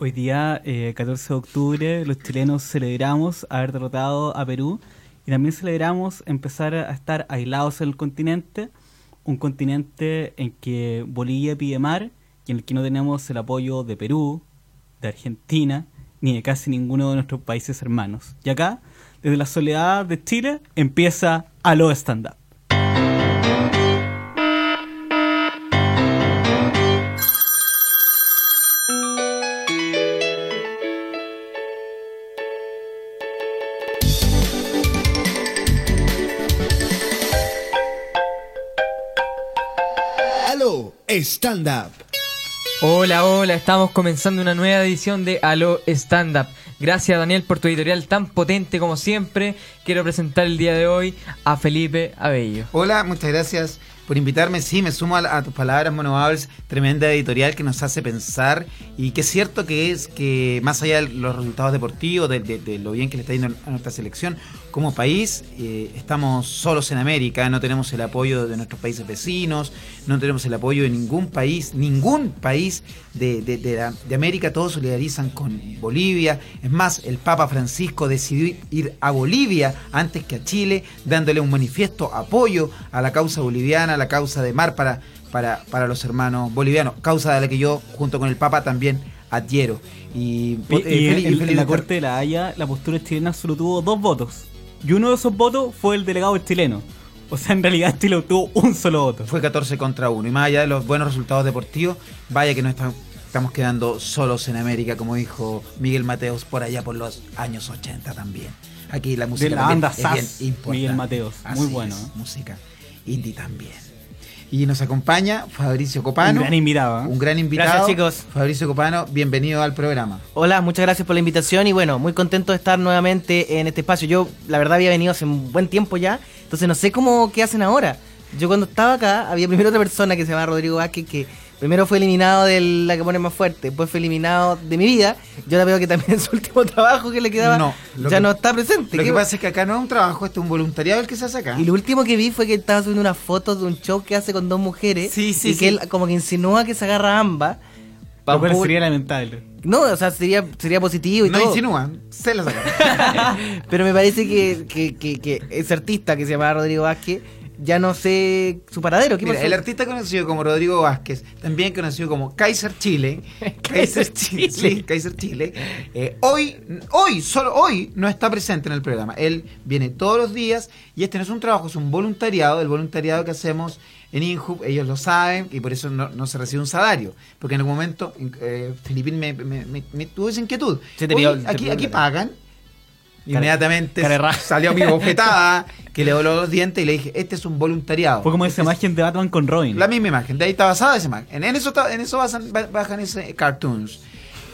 Hoy día, eh, 14 de octubre, los chilenos celebramos haber derrotado a Perú y también celebramos empezar a estar aislados en el continente, un continente en que Bolivia pide mar y en el que no tenemos el apoyo de Perú, de Argentina, ni de casi ninguno de nuestros países hermanos. Y acá, desde la soledad de Chile, empieza a lo stand-up. Aló, stand up. Hola, hola, estamos comenzando una nueva edición de Aló Stand Up. Gracias Daniel por tu editorial tan potente como siempre. Quiero presentar el día de hoy a Felipe Abello. Hola, muchas gracias por invitarme. Sí, me sumo a, la- a tus palabras, Monobables. Tremenda editorial que nos hace pensar. Y que es cierto que es que, más allá de los resultados deportivos, de, de- de lo bien que le está yendo a nuestra selección, como país, eh, estamos solos en América. No tenemos el apoyo de nuestros países vecinos, no tenemos el apoyo de ningún país, ningún país de, de- de la- de América. Todos solidarizan con Bolivia. Es más, el Papa Francisco decidió ir a Bolivia antes que a Chile, dándole un manifiesto apoyo a la causa boliviana, a la causa de mar para, para, para los hermanos bolivianos, causa de la que yo, junto con el Papa, también adhiero. Y, Y, eh, y en- feliz- en, feliz en la de- Corte de la Haya, la postura chilena solo tuvo dos votos. Y uno de esos votos fue el delegado chileno. O sea, en realidad Chile obtuvo un solo voto. Fue 14 contra 1. Y más allá de los buenos resultados deportivos, vaya que no estamos Estamos quedando solos en América, como dijo Miguel Mateos por allá por los años 80 también. Aquí la De música la también banda es SAS, bien importante. Miguel Mateos. Muy Así bueno, es, ¿eh? música indie también. Y nos acompaña Fabricio Un Copano, gran invitado. ¿eh? un gran invitado. Gracias, chicos. Fabricio Copano, bienvenido al programa. Hola, muchas gracias por la invitación y bueno, muy contento de estar nuevamente en este espacio. Yo, la verdad, había venido hace un buen tiempo ya, entonces no sé cómo qué hacen ahora. Yo cuando estaba acá, había primero otra persona que se llama Rodrigo Vázquez, que primero fue eliminado de la que pone más fuerte, después fue eliminado de mi vida. Yo la veo que también en su último trabajo que le quedaba No, lo ya que- no está presente. Lo ¿Qué- que pasa es que acá no es un trabajo, este es un voluntariado el que se hace acá. Y lo último que vi fue que estaba subiendo unas fotos de un show que hace con dos mujeres Sí, sí, y sí. que él como que insinúa que se agarra a ambas. pa' Lo cual un pub- sería lamentable. No, o sea, sería, sería positivo y No todo. insinúan, se la sacan. Pero me parece que, que, que- que ese artista que se llamaba Rodrigo Vázquez, ya no sé su paradero. ¿Qué Mira, pasó? el artista conocido como Rodrigo Vázquez, también conocido como Kaiser Chile, Kaiser Chile, sí, Kaiser Chile, eh, hoy, hoy, solo hoy, no está presente en el programa. Él viene todos los días y este no es un trabajo, es un voluntariado, el voluntariado que hacemos en Inhub, ellos lo saben y por eso no, no se recibe un salario, porque en algún momento eh, Filipín me, me- me- me tuvo esa inquietud. Se te pidió- Oye, te aquí, pidió aquí plata. pagan. Inmediatamente cara de ra- salió mi bofetada, que le dobló los dientes y le dije, este es un voluntariado. Fue como esa Este es- imagen de Batman con Robin. la misma imagen, de ahí está basada esa imagen. En, en eso, ta- en eso basan- ba- bajan ese cartoons.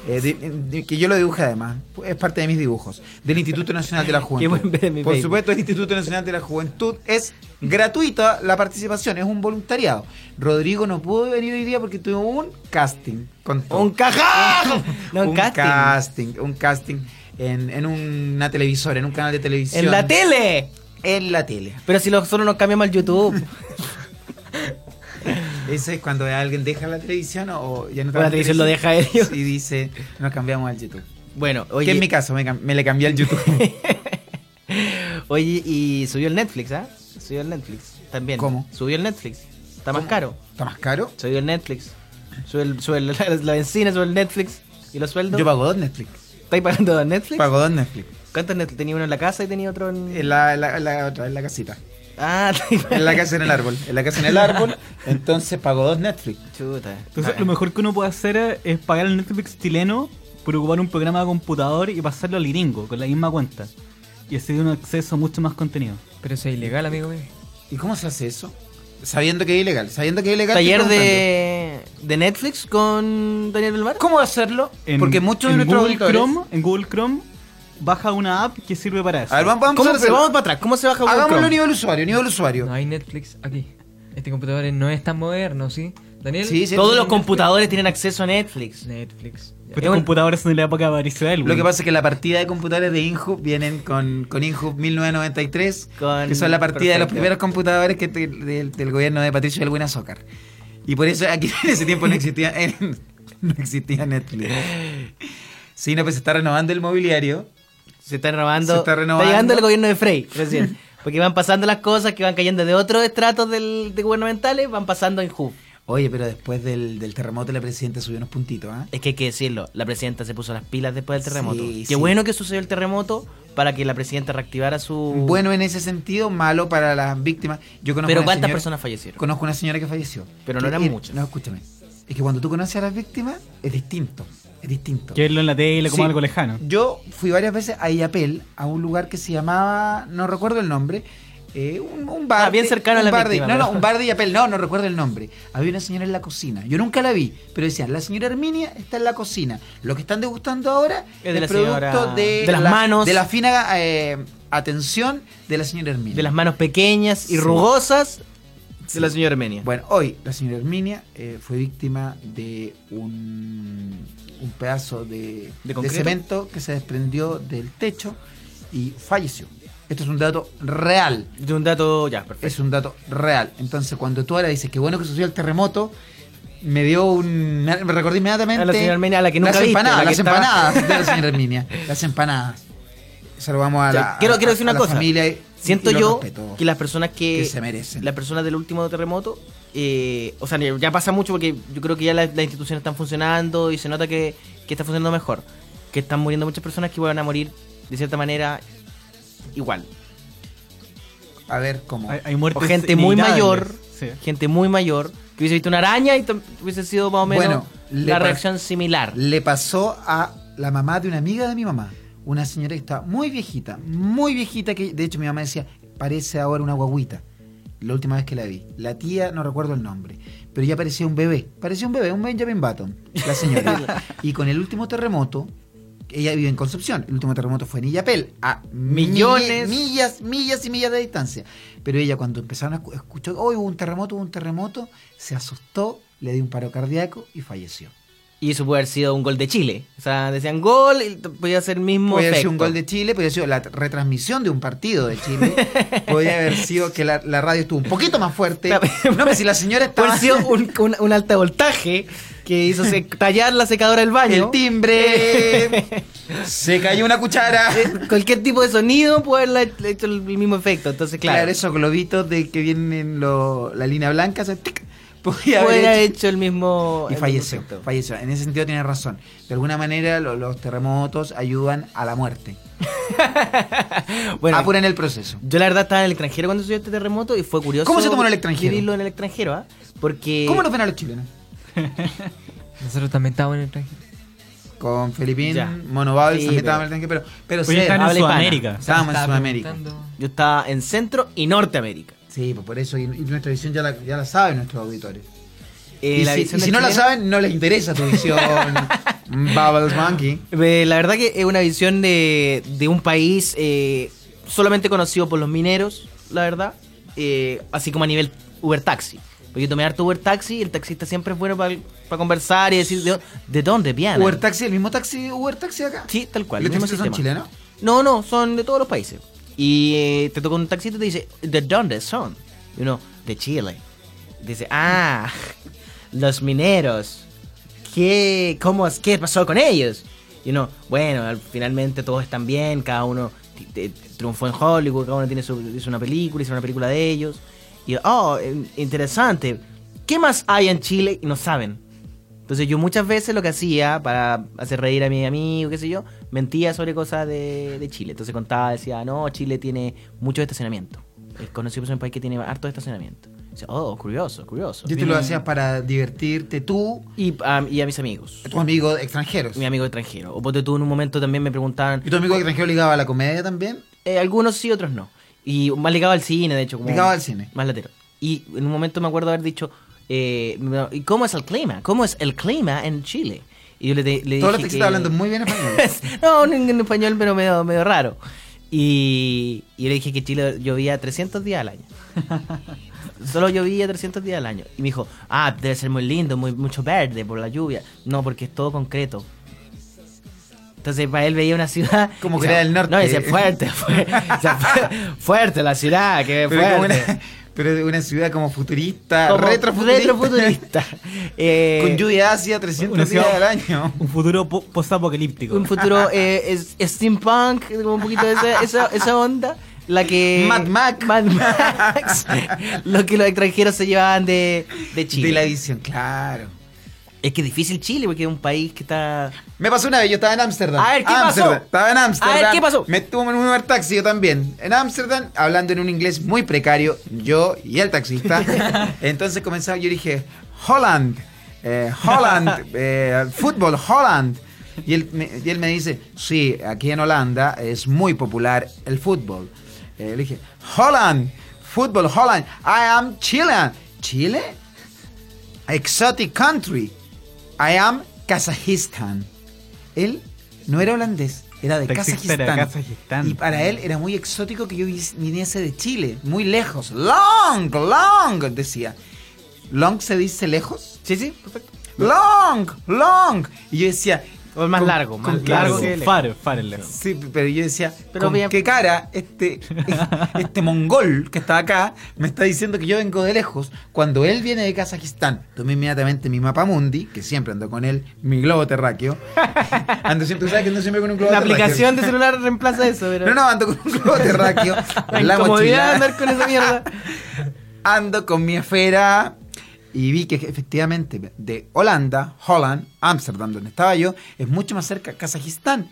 eh, de- de- que yo lo dibujé además, es parte de mis dibujos, del Instituto Nacional de la Juventud. buen ver mi Por baby. supuesto, el Instituto Nacional de la Juventud es gratuita la participación, es un voluntariado. Rodrigo no pudo venir hoy día porque tuvo un casting. Con ¡Un cajajo! No, un un casting. casting, un casting en, en una televisora, en un canal de televisión. ¡En la tele! En la tele. Pero si lo- solo nos cambiamos al YouTube. Ese es cuando alguien deja la televisión o- o ya no O la televisión lo deja ellos. Y dice, nos cambiamos al YouTube. Bueno, Que en mi oye, caso, me, cam- me le cambié al YouTube. oye, y subió el Netflix, ¿ah? Subió el Netflix también. ¿Cómo? Subió el Netflix. Está más caro. ¿Está más caro? Subió el Netflix. Subió, el- subió el- la, la benzina, subió el Netflix. ¿Y los sueldos? Yo pago dos Netflix. ¿Estáis pagando dos Netflix? Pago dos Netflix. ¿Cuántos Netflix? Tenía uno en la casa y tenía otro en... En la, la- la otra, en la casita. Ah, estáis En la casa en el árbol. En la casa en el árbol. Entonces pago dos Netflix. Chuta. Entonces, lo mejor que uno puede hacer eh, es pagar al Netflix chileno por ocupar un programa de computador y pasarlo al gringo con la misma cuenta. Y así tiene un acceso a mucho más contenido. Pero eso es ilegal, amigo mío. ¿Y cómo se hace eso? Sabiendo que es ilegal. Sabiendo que es ilegal. estoy Taller preguntando. de, de Netflix con Daniel Belmar. ¿Cómo hacerlo? En- Porque muchos de en nuestros Google auditores... Chrome, En Google Chrome baja una app que sirve para eso. A ver, vamos, vamos ¿Cómo- a pero hacerlo. vamos para atrás. ¿Cómo se baja Google Hagámoslo a Chrome? nivel usuario, nivel usuario. No hay Netflix aquí. Este computador no es tan moderno, ¿sí? Daniel. Sí, sí. Todos los computadores tienen acceso a Netflix. Netflix. Ya. Pero estos computadores son de la época de Patricio Elwin. Lo que pasa es que la partida de computadores de Inhub vienen con, con Inhub 1993, Con- que son la partida de los perfecto. primeros computadores que te- del, del gobierno de Patricio Elwin Azócar. Y por eso aquí en ese tiempo no existía. en- no existía Netflix. Sí, no, pues se está renovando el mobiliario. Se está renovando. Se está renovando. llegando el gobierno de Frey, recién. Porque van pasando las cosas que van cayendo de otros estratos del, de gubernamentales, van pasando en JUF. Oye, pero después del, del terremoto la presidenta subió unos puntitos, ¿ah? Es que hay que decirlo, la presidenta se puso las pilas después del terremoto. Sí, Qué sí. bueno que sucedió el terremoto para que la presidenta reactivara su... Bueno en ese sentido, malo para las víctimas. Yo conozco Uh. Pero una ¿cuántas señora- personas fallecieron? Conozco una señora que falleció. Pero no Que- eran eh, muchas. No, escúchame. Es que cuando tú conoces a las víctimas, es distinto. Es distinto. Que verlo en la tele como Sí. algo lejano. Yo fui varias veces a Iapel, a un lugar que se llamaba, no recuerdo el nombre, eh, un, un bar. Ah, bien de- cercano a un la bar de- víctima, No, no, pero- un bar de Iapel, no, no recuerdo el nombre. Había una señora en la cocina. Yo nunca la vi, pero decían, la señora Herminia está en la cocina. Lo que están degustando ahora Es de el la producto señora- de, de las la- manos. De la fina eh, atención de la señora Herminia. De las manos pequeñas y Sí. rugosas de la señora Armenia. Bueno, hoy la señora Herminia eh, fue víctima de un, un pedazo de, de concreto? cemento que se desprendió del techo y falleció. Esto es un dato real. de un dato ya, perfecto. Es un dato real. Entonces, cuando tú ahora dices que bueno que sucedió el terremoto, me dio un. Me recordé inmediatamente. A la señora Herminia, a la que nunca Las viste, empanadas, la que las estaba- empanadas de la señora Herminia. Las empanadas. Saludamos a Ya, la. quiero, a- quiero decir a una la cosa. familia y- Siento y lo yo respeto. que las personas que, que se merecen. Las personas del último terremoto, eh, o sea, ya pasa mucho porque yo creo que ya las, las instituciones están funcionando y se nota que, que está funcionando mejor. Que están muriendo muchas personas que van a morir de cierta manera igual. A ver cómo. Hay, hay muertes O gente muy inevitables. mayor, Sí. gente muy mayor, que hubiese visto una araña y tam- hubiese sido más o menos Bueno, le la pa- reacción similar. le pasó a la mamá de una amiga de mi mamá. Una señora que estaba muy viejita, muy viejita, que de hecho mi mamá decía, parece ahora una guaguita. La última vez que la vi. La tía, no recuerdo el nombre, pero ya parecía un bebé. Parecía un bebé, un Benjamin Button, la señora. y con el último terremoto, ella vive en Concepción, el último terremoto fue en Illapel, a millones, Millones. millas, millas y millas de distancia. Pero ella cuando empezaron a escu- escuchar, hoy hubo un terremoto, hubo un terremoto, se asustó, le dio un paro cardíaco y falleció. Y eso puede haber sido un gol de Chile. O sea, decían gol y t- podía ser el mismo. Podría haber sido efecto. un gol de Chile, podría haber sido la t- retransmisión de un partido de Chile. podría haber sido que la, la radio estuvo un poquito más fuerte. Claro. No, pero si la señora estaba. Puede haber sido un, un, un alto voltaje que hizo se- tallar la secadora del baño. El timbre. se cayó una cuchara. Eh, Cualquier tipo de sonido puede haber hecho el mismo efecto. Entonces, Claro, claro, esos globitos de que vienen lo- la línea blanca. hace tic, podría haber puede haber hecho- hecho el mismo. Y el falleció, mismo efecto. falleció. En ese sentido tiene razón. De alguna manera lo- los terremotos ayudan a la muerte. Bueno, Apuran el proceso. yo la verdad estaba en el extranjero cuando sucedió este terremoto y fue curioso. ¿Cómo se tomó en el extranjero? vivirlo en el extranjero, ¿ah? Porque. ¿Cómo nos ven a los chilenos? Nosotros también estábamos en el extranjero. Con Felipín, Ya. Monobal, Sí, también pero- estábamos en el tanque, pero, pero Hoy cero. están en habla hispana. Sudamérica. Estábamos en Estaba Sudamérica. preguntando- Yo estaba en Centro y Norteamérica. Sí, pues por eso, y, y nuestra visión ya la, ya la saben nuestros auditores. Eh, y la si, visión y de si no la chileno- saben, no les interesa tu visión. mm, Bubbles Monkey. Eh, La verdad que es una visión de, de un país eh, solamente conocido por los mineros, la verdad, eh, así como a nivel Uber Taxi. Porque yo tomé harto Uber Taxi y el taxista siempre es bueno para conversar y decir de, ¿de dónde viene. Uber Taxi, el mismo taxi, Uber Taxi acá. Sí, tal cual. ¿Los mismo taxis son sistema. chilenos? No, no, son de todos los países. Y eh, te toca un taxista y te dice, ¿de dónde son? Y uno, de Chile. Dice, ah, los mineros. ¿Qué, cómo, es- qué pasó con ellos? Y uno, bueno, al- finalmente todos están bien, cada uno ti- ti- triunfó en Hollywood, cada uno tiene su, hizo una película, hizo una película de ellos. Y, oh, eh, interesante. ¿Qué más hay en Chile? Y no saben. Entonces yo muchas veces lo que hacía para hacer reír a mi amigo, qué sé yo, mentía sobre cosas de, de Chile. Entonces contaba, decía, no, Chile tiene muchos estacionamientos. Es conocido por ser un país que tiene harto estacionamiento. Dice, oh, curioso, curioso. Yo te lo hacías para divertirte tú, Y, a- y a mis amigos, tus amigos extranjeros. mi amigo extranjero. O ponte tú en un momento también me preguntaban, ¿Y tu amigo extranjero ligaba a la comedia también? eh, algunos sí, otros no. Y más ligado al cine, de hecho. Como Ligado al cine. Más latero. Y en un momento me acuerdo haber dicho, eh, me- ¿y cómo es el clima? ¿Cómo es el clima en Chile? Y yo le, le dije Todos los taxistas que- hablando muy bien español. no, en, en español, pero medio, medio raro. Y, y le dije que Chile llovía 300 días al año. Solo llovía 300 días al año. Y me dijo, ah, debe ser muy lindo, muy, mucho verde por la lluvia. No, porque es todo concreto. Entonces para él veía una ciudad... Como y Corea decía, del Norte. No, dice, fuerte, fuerte, fuerte la ciudad, que Pero como fuerte. era- Pero es una ciudad como futurista, Como retrofuturista. retrofuturista. Eh, Con lluvia ácida 300 Una días ciudad- al año. Un futuro po- postapocalíptico. un futuro eh, es- steampunk, como un poquito de esa, esa, esa onda. La que. Mad Max. Mad Max. lo que los extranjeros se llevaban de, de Chile. De la edición, claro. Es que es difícil Chile porque es un país que está. Me pasó una vez, yo estaba en Ámsterdam. A ver, ¿qué Ámsterdam, pasó? Estaba en Ámsterdam. A ver, ¿qué pasó? Me tuvo en un Uber taxi yo también. En Ámsterdam, hablando en un inglés muy precario, yo y el taxista. Entonces comenzaba, yo dije, Holland, eh, Holland, eh, fútbol, Holland. Y él, me, y él me dice, sí, aquí en Holanda es muy popular el fútbol. Eh, le dije, Holland, fútbol, Holland, I am Chilean. ¿Chile? Exotic country. I am Kazajistán. Él no era holandés, era de Taxista Kazajistán. era Kazajistán. Y para él era muy exótico que yo vis- viniese de Chile, muy lejos. Long, long, decía. Long se dice lejos. Sí, sí, perfecto. Long, long. Y yo decía... O más ¿con- largo, más con qué- Claro, largo. sí, Far, Far el lejos. Sí, pero yo decía, Pero ¿con bien- qué cara este, este mongol que está acá me está diciendo que yo vengo de lejos cuando él viene de Kazajistán? Tomé inmediatamente mi mapa mundi, que siempre ando con él, mi globo terráqueo. Ando siempre, tú sabes que ando siempre con un globo La terráqueo. aplicación de celular reemplaza eso, pero. No, no, ando con un globo terráqueo. La en la mochila incomodidad de andar con esa mierda. ando con mi esfera y vi que efectivamente de Holanda, Holland, Ámsterdam, donde estaba yo, es mucho más cerca a Kazajistán,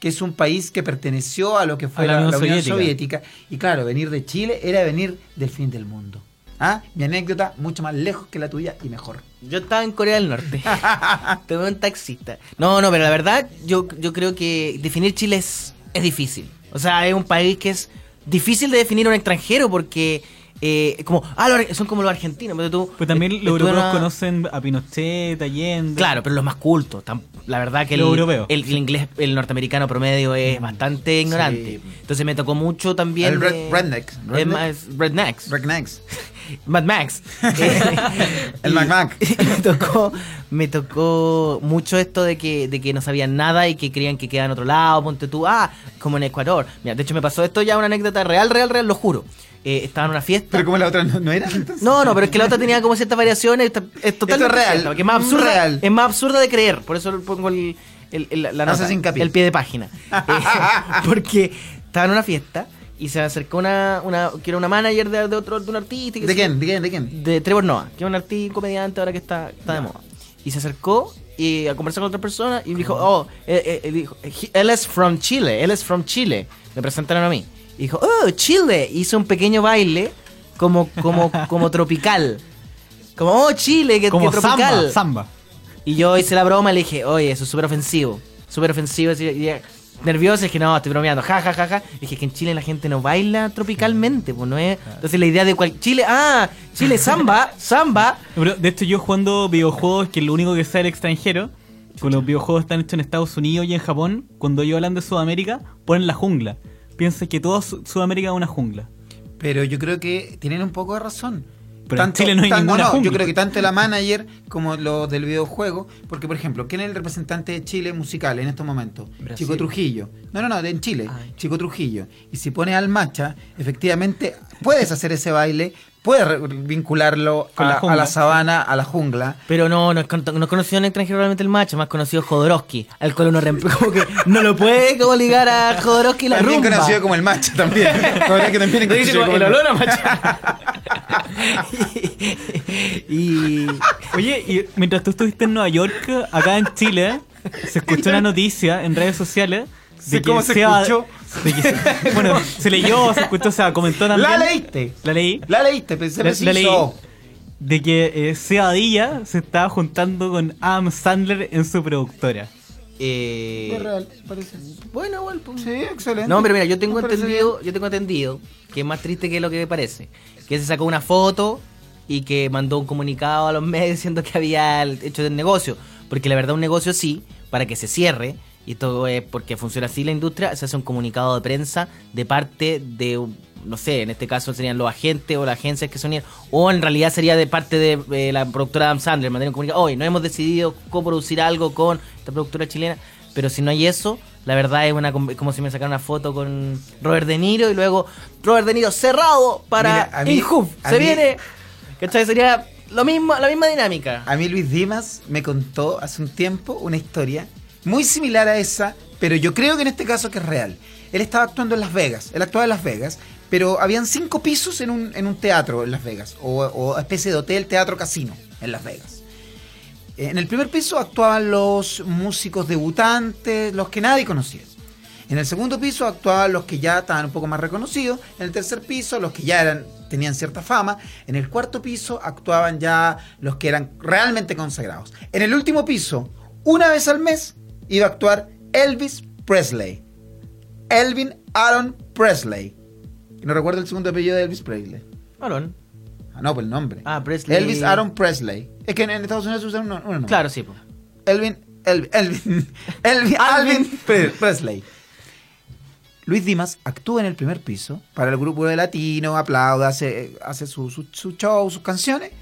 que es un país que perteneció a lo que fue A la, la Unión la Unión Soviética. Soviética. Y claro, venir de Chile era venir del fin del mundo. ¿Ah? Mi anécdota, mucho más lejos que la tuya y mejor. Yo estaba en Corea del Norte. Tuve un taxista. No, no, pero la verdad, yo, yo creo que definir Chile es, es difícil. O sea, es un país que es difícil de definir a un extranjero porque. eh, como, ah, los ar- son como los argentinos, pero tú. Pues también eh, los estuve en europeos una- conocen a Pinochet, Allende. Claro, pero los más cultos. tam- La verdad que el, Lo europeo. el, el inglés, el norteamericano promedio es bastante ignorante. Entonces me tocó mucho también. Mm. El red- de- rednecks, eh, redneck. más- rednecks. Recknex. Mad Max. Eh, El y- Mac Mac. y me tocó, me tocó mucho esto de que, de que no sabían nada y que creían que quedaban en otro lado, ponte tú, ah, como en Ecuador. Mira, de hecho me pasó esto ya una anécdota real, real, real, lo juro. Eh, estaba en una fiesta. Pero como la otra no, no era. entonces. No, no, pero es que la otra tenía como ciertas variaciones. esta- Es Esto totalmente es real, cierto, que es más mm, absurda, real. Es más absurda de creer. Por eso pongo el, el- el- la nota, Haces hincapié. el pie de página. Eh, porque estaba en una fiesta y se me acercó una, una que era una manager de, de otro de un artista. y que ¿De se- quién? ¿De quién? ¿De quién? De Trevor Noah, que es un artista, un comediante ahora que está, está de moda. Y se acercó y a conversar con otra persona y me dijo, Ah. oh, eh, eh, él, dijo, "He- él es from Chile, él es from Chile. Me presentaron a mí. Y dijo, oh, Chile. Hizo un pequeño baile como, como, como tropical. Como, oh, Chile, que, Como que tropical. samba, samba. Y yo hice la broma y le dije, oye, eso es súper ofensivo. Súper ofensivo. así, y ella, nerviosa, es que no, estoy bromeando. Ja, ja, ja, ja. Le dije que en Chile la gente no baila tropicalmente, pues no es. Entonces la idea de cual. Chile, ah, Chile, samba, samba. Pero, de hecho, yo jugando videojuegos, que lo único que sea el extranjero, con los videojuegos están hechos en Estados Unidos y en Japón, cuando ellos hablan de Sudamérica, ponen la jungla. Piensa que toda Su- Sudamérica es una jungla. Pero yo creo que tienen un poco de razón. Pero en Chile no hay tan- ninguna jungla. Yo creo que tanto la manager como los del videojuego, porque por ejemplo, ¿quién es el representante de Chile musical en estos momentos? Brasil. Chico Trujillo. No, no, no, de en Chile. Ah. Ay. Chico Trujillo. Y si pones al macha, efectivamente puedes hacer ese baile, puedes re- vincularlo Con a, la a la jungla. sabana, a la jungla. Pero no, no es, con- no es conocido en el extranjero realmente el macho, más conocido Jodorowsky, al cual uno reemp- como que no lo puede como ligar a Jodorowsky y la también rumba. conocido como el macha también. La verdad que también es Dice conocido como como el el- olor a macho. y, Oye, y mientras tú estuviste en Nueva York, acá en Chile, se escuchó una noticia en redes sociales. Sé cómo se escuchó. de que- bueno, se leyó, se escuchó, o sea, comentó también. La leíste. La leí. La leíste, pensé La- que sí, la leí. so. de que eh, Seba Dilla se estaba juntando con Adam Sandler en su productora. eh, Fue real, parece. bueno, igual, pues. Sí, excelente. No, pero mira, yo tengo Me parece bien. entendido, yo tengo entendido que es más triste que lo que parece, que se sacó una foto y que mandó un comunicado a los medios diciendo que había el- hecho el negocio, porque la verdad un negocio sí, para que se cierre y todo es porque funciona así la industria, se hace un comunicado de prensa de parte de un- no sé, en este caso serían los agentes o las agencias que son o en realidad sería de parte de eh, la productora Adam Sandler, mandar un comunicado, hoy no hemos decidido coproducir algo con esta productora chilena, pero si no hay eso, La verdad es una com- como si me sacaran una foto con Robert De Niro y luego Robert De Niro cerrado para Mira, a mí- Inhoof. a Se mí- viene. ¿Cachai? Sería lo mismo, la misma dinámica. A mí Luis Dimas me contó hace un tiempo una historia muy similar a esa, pero yo creo que en este caso que es real. Él estaba actuando en Las Vegas, él actuaba en Las Vegas, pero habían cinco pisos en un, en un teatro en Las Vegas, o, o especie de hotel, teatro, casino en Las Vegas. Eh, En el primer piso actuaban los músicos debutantes, los que nadie conocía. En el segundo piso actuaban los que ya estaban un poco más reconocidos. En el tercer piso, los que ya eran, tenían cierta fama. En el cuarto piso actuaban ya los que eran realmente consagrados. En el último piso, una vez al mes, iba a actuar Elvis Presley. Elvin Aaron Presley. No recuerdo el segundo apellido de Elvis Presley. Varón. Ah, no, por el nombre. Ah, Presley. Elvis Aaron Presley. Es que en, en Estados Unidos se usa un, un nombre. Claro, sí. po. Elvin, Elvin, Elvin, Elvin, Alvin Pre- Presley. Luis Dimas actúa en el primer piso para el grupo de latinos, aplauda, hace, hace su, su- su show, sus canciones.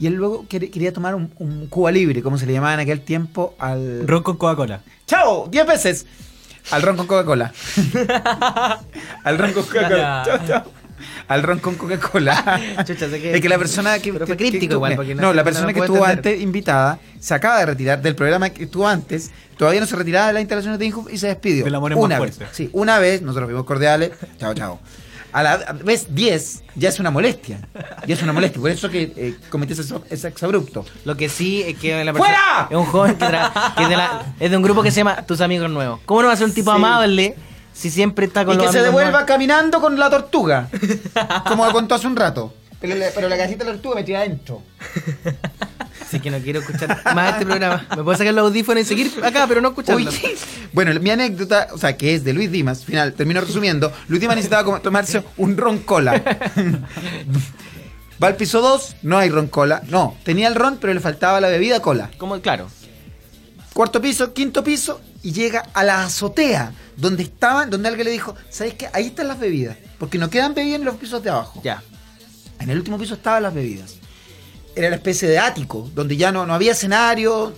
Y él luego quer- quería tomar un, un Cuba Libre, como se le llamaba en aquel tiempo al... Ron con Coca-Cola. ¡Chao! ¡Diez veces! Al ron con Coca-Cola. al ron con Coca-Cola. Chao, chao. Al ron con Coca-Cola. Chucha, sé que- es que la persona que. Pero que- fue críptico que- igual, mira, porque No, la persona no que puede estuvo entender. antes invitada se acaba de retirar del programa que estuvo antes. Todavía no se retiraba de las instalaciones de Inhub y se despidió. El amor es una más vez. fuerte. Sí, una vez, nosotros vimos cordiales. Chao, chao. A la vez 10 ya es una molestia. Ya es una molestia. Por eso que eh, cometí ese, ese exabrupto. Lo que sí es que la ¡Fuera! Es un joven que, tra- que es, de la- es de un grupo que se llama Tus Amigos Nuevos. ¿Cómo no va a ser un tipo Sí. amable si siempre está con y los que se amigos devuelva nuevos? caminando con la tortuga. Como contó hace un rato. Pero, la- pero la casita de la tortuga me tira adentro. Así que no quiero escuchar más este programa. Me puedo sacar los audífonos y seguir acá, pero no escucharlo. Oye, bueno, mi anécdota, o sea, que es de Luis Dimas, final, termino resumiendo. Luis Dimas necesitaba com- tomarse un ron cola. Va al piso 2, no hay ron cola. No, tenía el ron, pero le faltaba la bebida cola. Como, claro. Cuarto piso, quinto piso, y llega a la azotea, donde estaban, donde alguien le dijo, ¿sabes qué? Ahí están las bebidas, porque no quedan bebidas en los pisos de abajo. Ya. En el último piso estaban las bebidas. Era una especie de ático, donde ya no, no había escenario.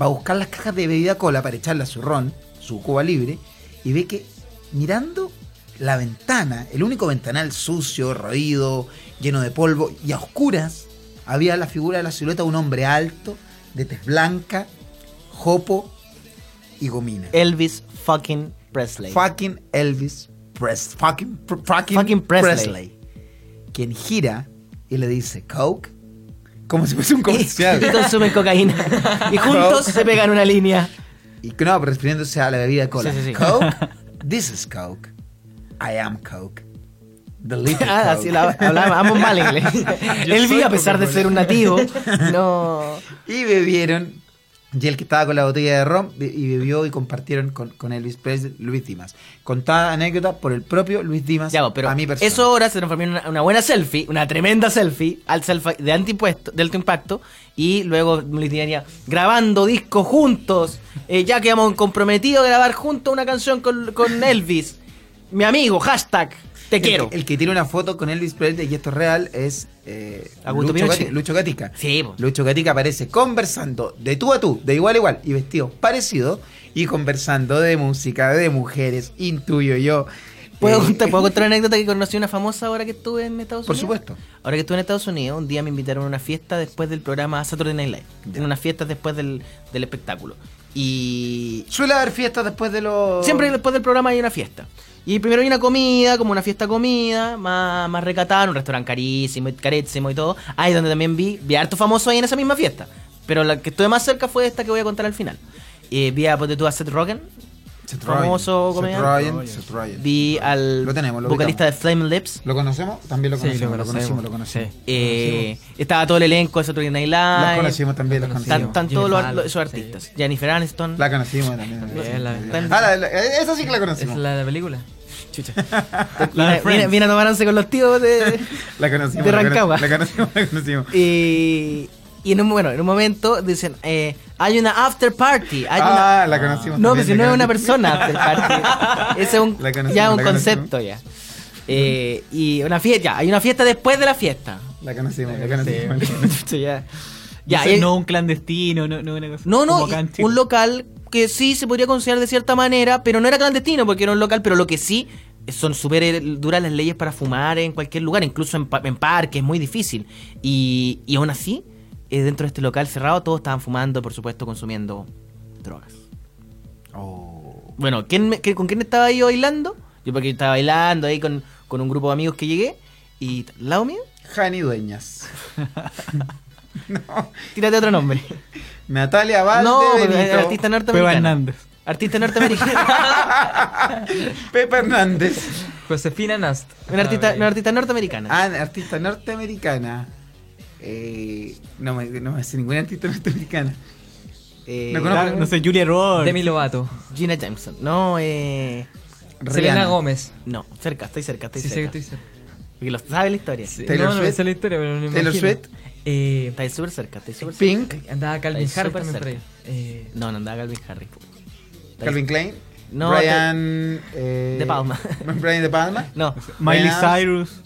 Va a buscar las cajas de bebida cola para echarle a su ron, su cuba libre, y ve que mirando la ventana, el único ventanal sucio, roído, lleno de polvo, y a oscuras, había la figura de la silueta de un hombre alto, de tez blanca, jopo y gomina. Elvis fucking Presley. Fucking Elvis Pres fucking, pr- fucking, Fucking Presley. Presley. Quien gira y le dice Coke. Como si fuese un y comercial. consumen cocaína. Y juntos se pegan una línea. y que no, pero refiriéndose a la bebida cola. Sí, sí, sí. Coke. This is Coke. I am Coke. The little Ah, Coke. así la, hablaba- ambos mal inglés. Elvis, a pesar de ser un nativo, no... Y bebieron. Y el que estaba con la botella de ron be- y bebió y compartieron con, con Elvis Presley, Luis Dimas. Contada anécdota por el propio Luis Dimas Ya, pero a mi persona. eso ahora se transformó en una, una buena selfie, una tremenda selfie al selfie de, antipuesto, de alto impacto y luego Luis Díaz ya grabando discos juntos, eh, ya que hemos comprometido a grabar juntos una canción con, con Elvis. Mi amigo, hashtag, te El quiero. que- El, que tiene una foto con Elvis Presley y esto es real es eh, Augusto Lucho, Pinochet. Gati- Lucho Gatica. Sí, po. Lucho Gatica aparece conversando de tú a tú, de igual a igual y vestido parecido y conversando de música, de mujeres, intuyo yo. ¿Puedo, Eh, contar, ¿Puedo contar una anécdota que conocí una famosa ahora que estuve en Estados Por Unidos? supuesto. Ahora que estuve en Estados Unidos, un día me invitaron a una fiesta después del programa Saturday Night Live. Ya. En una fiesta después del, del espectáculo. Y Suele haber fiestas después de los... Siempre después del programa hay una fiesta. Y primero hay una comida, como una fiesta comida, más, más recatada, en un restaurante carísimo y carísimo y todo. Ahí es donde también vi, vi harto famoso ahí en esa misma fiesta. Pero la que estuve más cerca fue esta que voy a contar al final. Eh, vi a, ponte tú, a Seth Rogen, Seth Rogen, famoso Seth comediante. Rogen, Seth Rogen. Vi al Lo tenemos, lo vocalista de ubicamos. Flaming Lips. ¿Lo conocemos? También lo Sí, conocemos, lo lo conocemos, conocemos. lo conocemos. Sí. Eh, estaba todo el elenco de Saturday Night Las Live. conocimos también, las conocimos. Están conocimos. están Jimmy todos los- Fallon, los- esos sí. artistas. Jennifer Aniston. La conocimos también. Sí, la- Ah, la- la- esa sí que la ¿Es conocimos. la de la película? La de Viene- viene, Friends. viene a tomar once con los tíos de... La conocimos. De la cono- Rancagua. La conocimos, la conocimos. Y, y en un, bueno, en un momento dicen, eh, hay una after party. Hay una... ah, la conocimos. No, pero también, si la no es una conocimos. persona after party. Ese es un, La conocimos, ya es un la concepto ya. Eh, y una fiesta, ya, hay una fiesta después de la fiesta. La conocimos, la conocimos. Chucha, ya. Ya, Ya, eh, y- no un clandestino, no, no una cosa. no, no, como acá en y Chile. un local que sí se podría considerar de cierta manera, pero no era clandestino porque era un local, pero lo que sí son súper eh, duras las leyes para fumar en cualquier lugar, incluso en, pa- en parques, es muy difícil. Y, y aún así, eh, dentro de este local cerrado todos estaban fumando, por supuesto, consumiendo drogas. Oh. Bueno, ¿quién me- qué- ¿con quién estaba ahí bailando? Yo porque estaba bailando ahí con, con un grupo de amigos que llegué. Y t- al lado mío, Jani Dueñas. no. tírate otro nombre. Natalia Valde, no, pero es Benito, artista Cueva norteamericano. Hernández. Artista norteamericano. Pepe Hernández. Josefina Nast. una, artista, Ah, una artista norteamericana. Ah, artista norteamericana. Eh, no, me, no me hace ninguna artista norteamericana. Eh, no conozco. Ah, No sé, Julia Roberts. Demi Lovato. Gina Jameson. No, eh. Selena Rihanna. Gómez. No, cerca, estoy cerca, estoy Sí, sé que cerca. tú dices. Porque lo sabe la historia. Sí, Taylor no, no, Swift. esa es la historia, pero no me Taylor imagino. Swift. Eh, Estáis súper cerca, estáis súper cerca. Pink. andaba Calvin Está ahí Harris súper también por ahí. cerca. Eh, No, no andaba Calvin Harris. Calvin Klein. No, Brian. eh, De Palma. Brian De Palma. No. Miley Rihanna. Cyrus.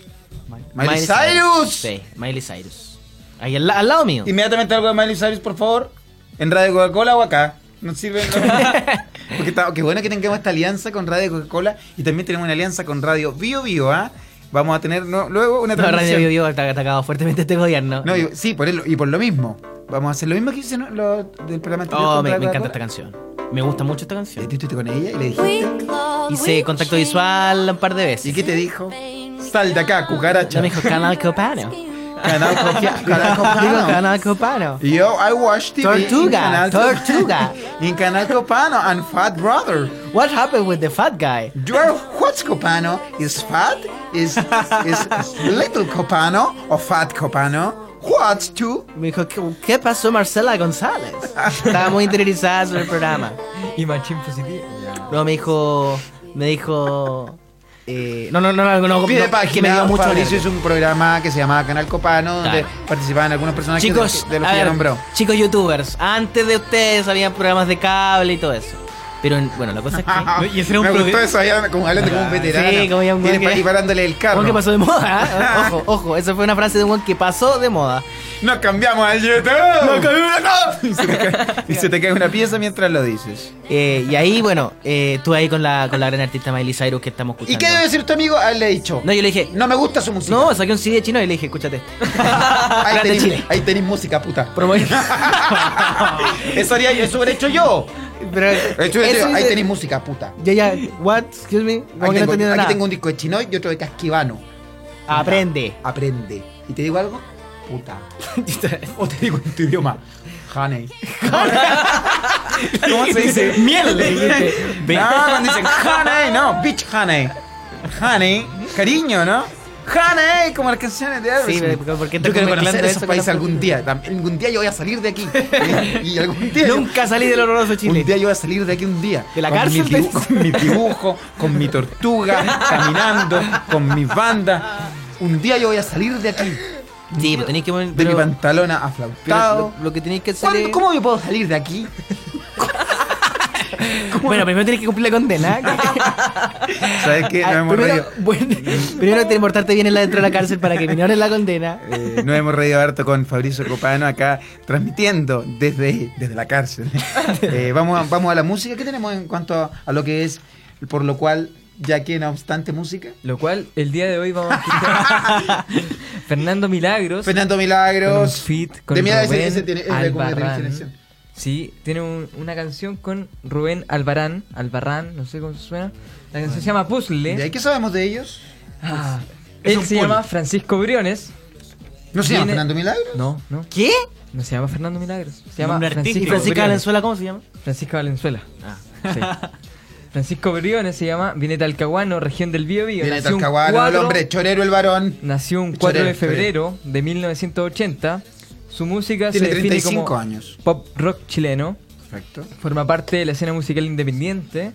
Miley Cyrus. Sí, Miley Cyrus. Ahí al, la- al lado mío. Inmediatamente algo de Miley Cyrus, por favor. En Radio Coca-Cola o acá. Nos sirve. ¿no? Porque está, qué bueno que tengamos esta alianza con Radio Coca-Cola y también tenemos una alianza con Radio Bio Bio, ¿ah? Vamos a tener no, luego una No, Radio transmisión. Bio Bio está atacado fuertemente este gobierno. No, y- sí, por el- y por lo mismo. Vamos a hacer lo mismo que hice ¿no? lo, del programa anterior. Oh, con me, Radio me encanta esta Coca-Cola. canción. Me gusta mucho esta Eh, canción. tú estuviste con ella y le dijiste. Hice Hice contacto visual un par de ¿Y veces. qué te dijo? Sal de acá, cucaracha. Ya me dijo Canal Copano. Canal Copia- Canal Digo Copano. Canal Copano. Y Yo, I watch TV. en Tortuga, Canal- Tortuga. En Canal Copano and Fat Brother. What happened with the fat guy? You are what's Copano? Is fat? Is, is little Copano? Or fat Copano? What's two? Me dijo, ¿qué, qué pasó Marcela González? Estaba muy interiorizada sobre el programa. y Machín Positivo. No, me dijo. Me dijo. eh, no, no, no, no, no, no, Pie de no, que me página, dio mucho Fabricio nervio. hizo un programa que se llamaba Canal Copano, donde participaban algunos personajes Chicos, de, de los a que ya ver, nombró. chicos youtubers, antes de ustedes había programas de cable y todo eso. Pero bueno, la cosa es que. Y ese era un Ah, Me gustó programa- eso, ya como hablando como un veterano. Ah, Sí, como ya un pues. Viene buen que- preparándole el carro. Juan que pasó de moda, ¿eh? Ojo, ojo, esa fue una frase de Juan que pasó de moda. ¡Nos cambiamos al YouTube! ¡Nos cambiamos! y se te cae una pieza mientras lo dices. Eh, y ahí, bueno, eh, tú ahí con la, con la gran artista Miley Cyrus que estamos ¿Y escuchando. qué debe decir tu amigo? Ah, le he dicho. No, yo le dije, No me gusta su música. no, saqué un CD chino y le dije, escúchate. ahí, Grande tenés, Chile. ahí tenés música, puta. Promoví- Eso haría yo, eso hubiera hecho yo. Pero, Hecho, eso hecho, ahí hice- tenéis música, puta. Ya, ya, what? Excuse me. Como Aquí, tengo, que no entendí aquí nada. tengo un Ah, disco de chino y otro de casquivano. Aprende. Aprende. ¿Y te digo algo? Puta. o te digo en tu idioma. Honey. ¿Cómo se dice? Miel. Le dijiste. No, cuando dicen honey, no. Bitch honey. Honey. Cariño, ¿no? Honey, como las canciones de Elvis. Sí, pero ¿por qué te yo quiero mezclando conocer eso esos con países la algún día. Tam- Algún día yo voy a salir de aquí. y algún día. yo- Nunca salí del horroroso Chile. Un día yo voy a salir de aquí un día. ¿De la Con cárcel, mi dibu- pensás? con mi dibujo, con mi tortuga, caminando, con mis bandas. Un día yo voy a salir de aquí. Sí, pero tenéis que poner. De pero- mi pantalona pero aflautado. lo, lo que tenéis que hacer. ¿Cuándo- es- ¿Cómo yo puedo salir de aquí? Bueno, primero tenéis que cumplir la condena. ¿Sabes qué? Nos Ah, hemos primero, reído. bueno, primero tienes que portarte bien en la dentro de la cárcel para que menores la condena. Eh, nos hemos reído harto con Fabricio Copano acá transmitiendo desde, desde la cárcel. Eh, vamos, a, vamos a la música. ¿Qué tenemos en cuanto a, a lo que es, por lo cual, ya que no obstante música? Lo cual, el día de hoy vamos a escuchar Fernando Milagros. Fernando con un Milagros. feat con de mira, ese, Rubén ese tiene, es de como de Albarrán. generación. Sí, tiene un- una canción con Rubén Albarán, Albarrán, no sé cómo se suena. La canción se llama ¿Y Puzzle. ¿eh? ahí qué sabemos de ellos? Ah, Es él un se pool. llama Francisco Briones. ¿No se llama Viene- Fernando Milagros? No, no, ¿Qué? no se llama Fernando Milagros. Se llama Nombre ¿Y artístico. Francisco Francisca Briones. Valenzuela cómo se llama? Francisco Valenzuela. Ah. Sí. Francisco Briones se llama, viene de Talcahuano, región del Bío Bío. Viene de Nació un Talcahuano, el 4 hombre, chorero el varón. Nació un Choreo, 4 de choreo. febrero de 1980. Su música Tiene se define 35 como años. pop rock chileno. Perfecto. Forma parte de la escena musical independiente.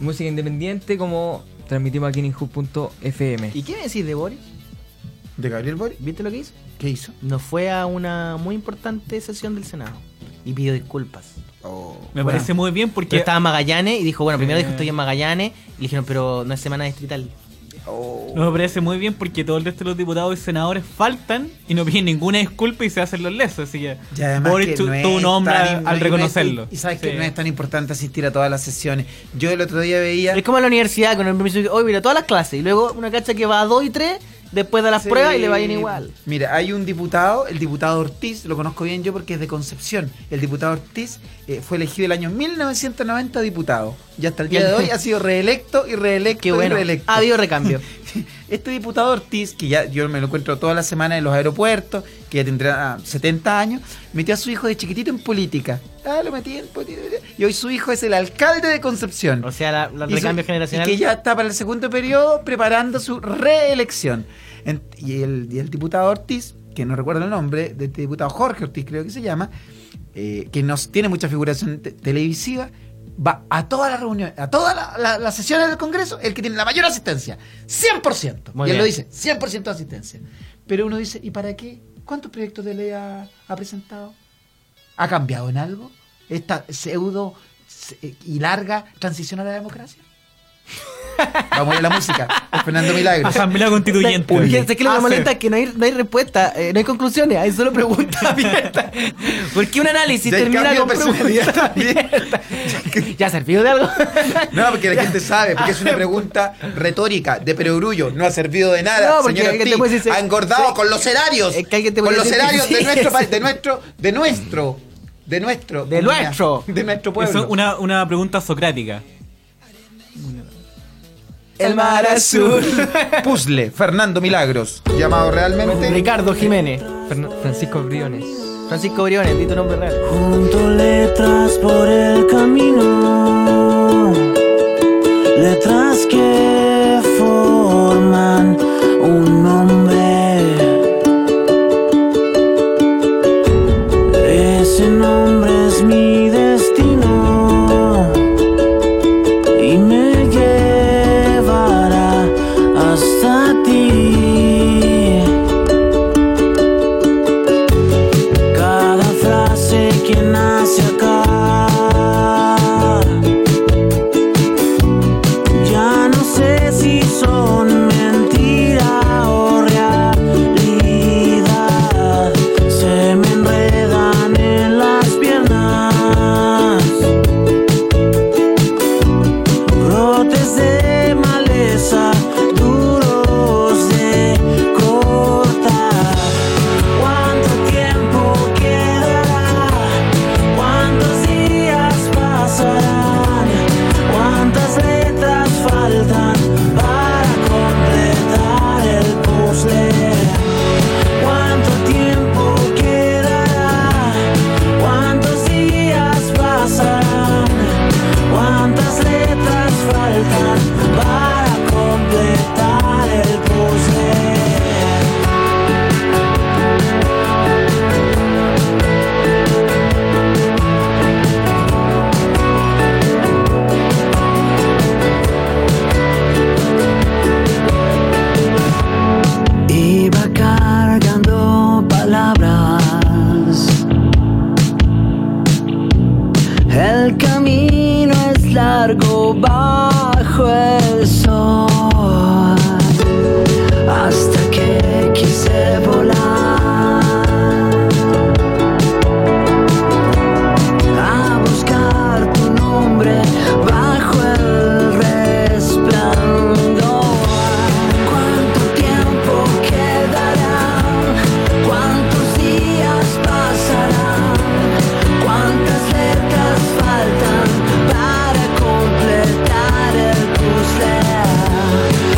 Música independiente como transmitimos aquí en Inju.fm. ¿Y qué me decís de Boris? ¿De Gabriel Boric? ¿Viste lo que hizo? ¿Qué hizo? Nos fue a una muy importante sesión del Senado y pidió disculpas. Oh, Me bueno. parece muy bien Pero porque Eh. estaba Magallanes y dijo, bueno, primero dijo estoy en Magallanes. Y le dijeron, pero no es semana distrital. Nos parece muy bien porque todo el resto de los diputados y senadores faltan y no piden ninguna disculpa y se hacen los lesos. Así que Y además Boris que tu- no es tuvo un hombre tan- al, no es- al reconocerlo. Y sabes Sí. que no es tan importante asistir a todas las sesiones. Yo el otro día veía. Es como en la universidad con el permiso de que hoy mira todas las clases y luego una cacha que va a 2 y 3 después de las Sí. pruebas y le va bien igual. Mira, hay un diputado, el diputado Ortiz, lo conozco bien yo porque es de Concepción. El diputado Ortiz eh, fue elegido el año 1990 diputado. Y hasta el día de hoy ha sido reelecto y reelecto Qué y bueno. reelecto. Ha habido recambio. Este diputado Ortiz, que ya yo me lo encuentro toda la semana en los aeropuertos, que ya tendrá ah, 70 años, metió a su hijo de chiquitito en política. Ah, lo metí en política. Y hoy su hijo es el alcalde de Concepción. O sea, la- la- el Y su- recambio generacional. y que ya está para el segundo periodo preparando su reelección. En- y, el, y el diputado Ortiz, que no recuerdo el nombre, de este diputado Jorge Ortiz creo que se llama, eh, que nos tiene mucha figuración te- televisiva, va a todas las reuniones, a todas la- la- las sesiones del Congreso, el que tiene la mayor asistencia. 100%. Muy y él bien. lo dice, 100% de asistencia. Pero uno dice, ¿y para qué? ¿Cuántos proyectos de ley ha- ha presentado? ¿Ha cambiado en algo esta pseudo se- y larga transición a la democracia? Vamos a ir a la música. de Fernando Milagros. Asamblea Constituyente. Fíjense que lo que me Hacer. molesta es que no hay, no hay respuesta, eh, no hay conclusiones, hay solo preguntas abiertas. ¿Por qué un análisis Ya hay termina cambio con de personalidad preguntas abiertas? ¿Ya servido de algo? No, porque la gente sabe, porque es una pregunta retórica, de perogrullo. No ha servido de nada, No, porque señor alguien te Ortiz. puede decir- ha engordado con los erarios. Es que alguien te con puede los decir- erarios de Sí, nuestro sí. país, de nuestro, de nuestro, de nuestro. De comunidad, nuestro. De nuestro Eso pueblo. es una, una pregunta socrática. El mar azul. Puzzle, Fernando Milagros. Llamado realmente. Ricardo Jiménez. Fernan- Francisco Briones. Francisco Briones, di tu nombre real. Junto letras por el camino, letras que forman un nombre. Ese nombre es mi destino y me llevará hasta ti. Cada frase que nace acá Ya no sé si son mentira o realidad Se me enredan en las piernas Brotes de maleza duros de cortar ¿Cuánto tiempo quedará? ¿Cuántos días pasarán? ¿Cuántas letras faltan para completar el puzzle? ¿Cuánto tiempo quedará? ¿Cuántos días pasarán? ¿Cuántas letras faltan para completar el puzzle? Iba cargando palabras. El camino es largo bajo el sol. Hasta que quise volar. A buscar tu nombre bajo el resplandor. ¿Cuánto tiempo quedará? ¿Cuántos días pasarán? ¿Cuántas letras faltan para completar el puzzle?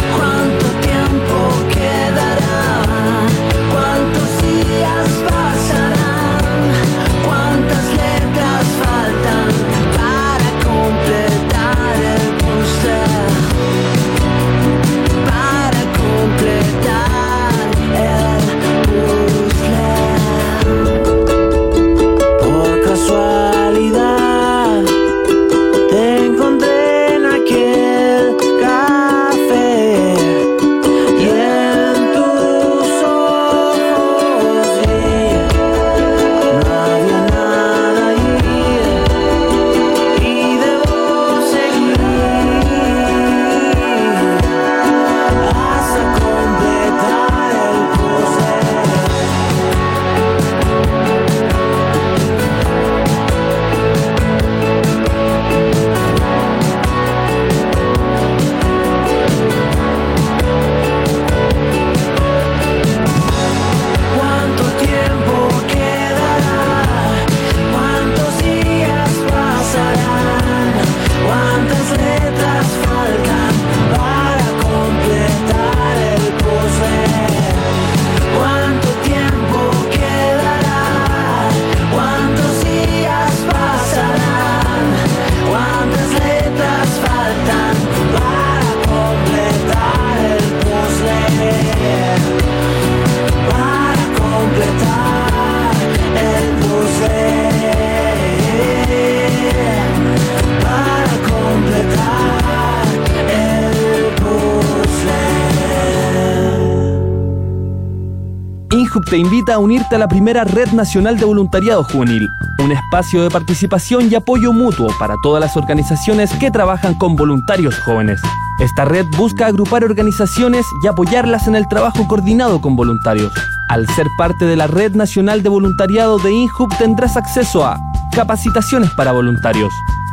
Hub te invita a unirte a la primera Red Nacional de Voluntariado Juvenil, un espacio de participación y apoyo mutuo para todas las organizaciones que trabajan con voluntarios jóvenes. Esta red busca agrupar organizaciones y apoyarlas en el trabajo coordinado con voluntarios. Al ser parte de la Red Nacional de Voluntariado de InHub tendrás acceso a capacitaciones para voluntarios,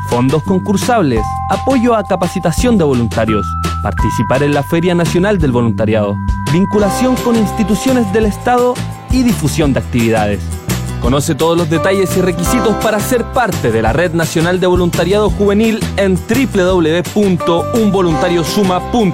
fondos concursables, apoyo a capacitación de voluntarios, participar en la Feria Nacional del Voluntariado, vinculación con instituciones del Estado y difusión de actividades. Conoce todos los detalles y requisitos para ser parte de la Red Nacional de Voluntariado Juvenil en www.unvoluntariosuma.cl.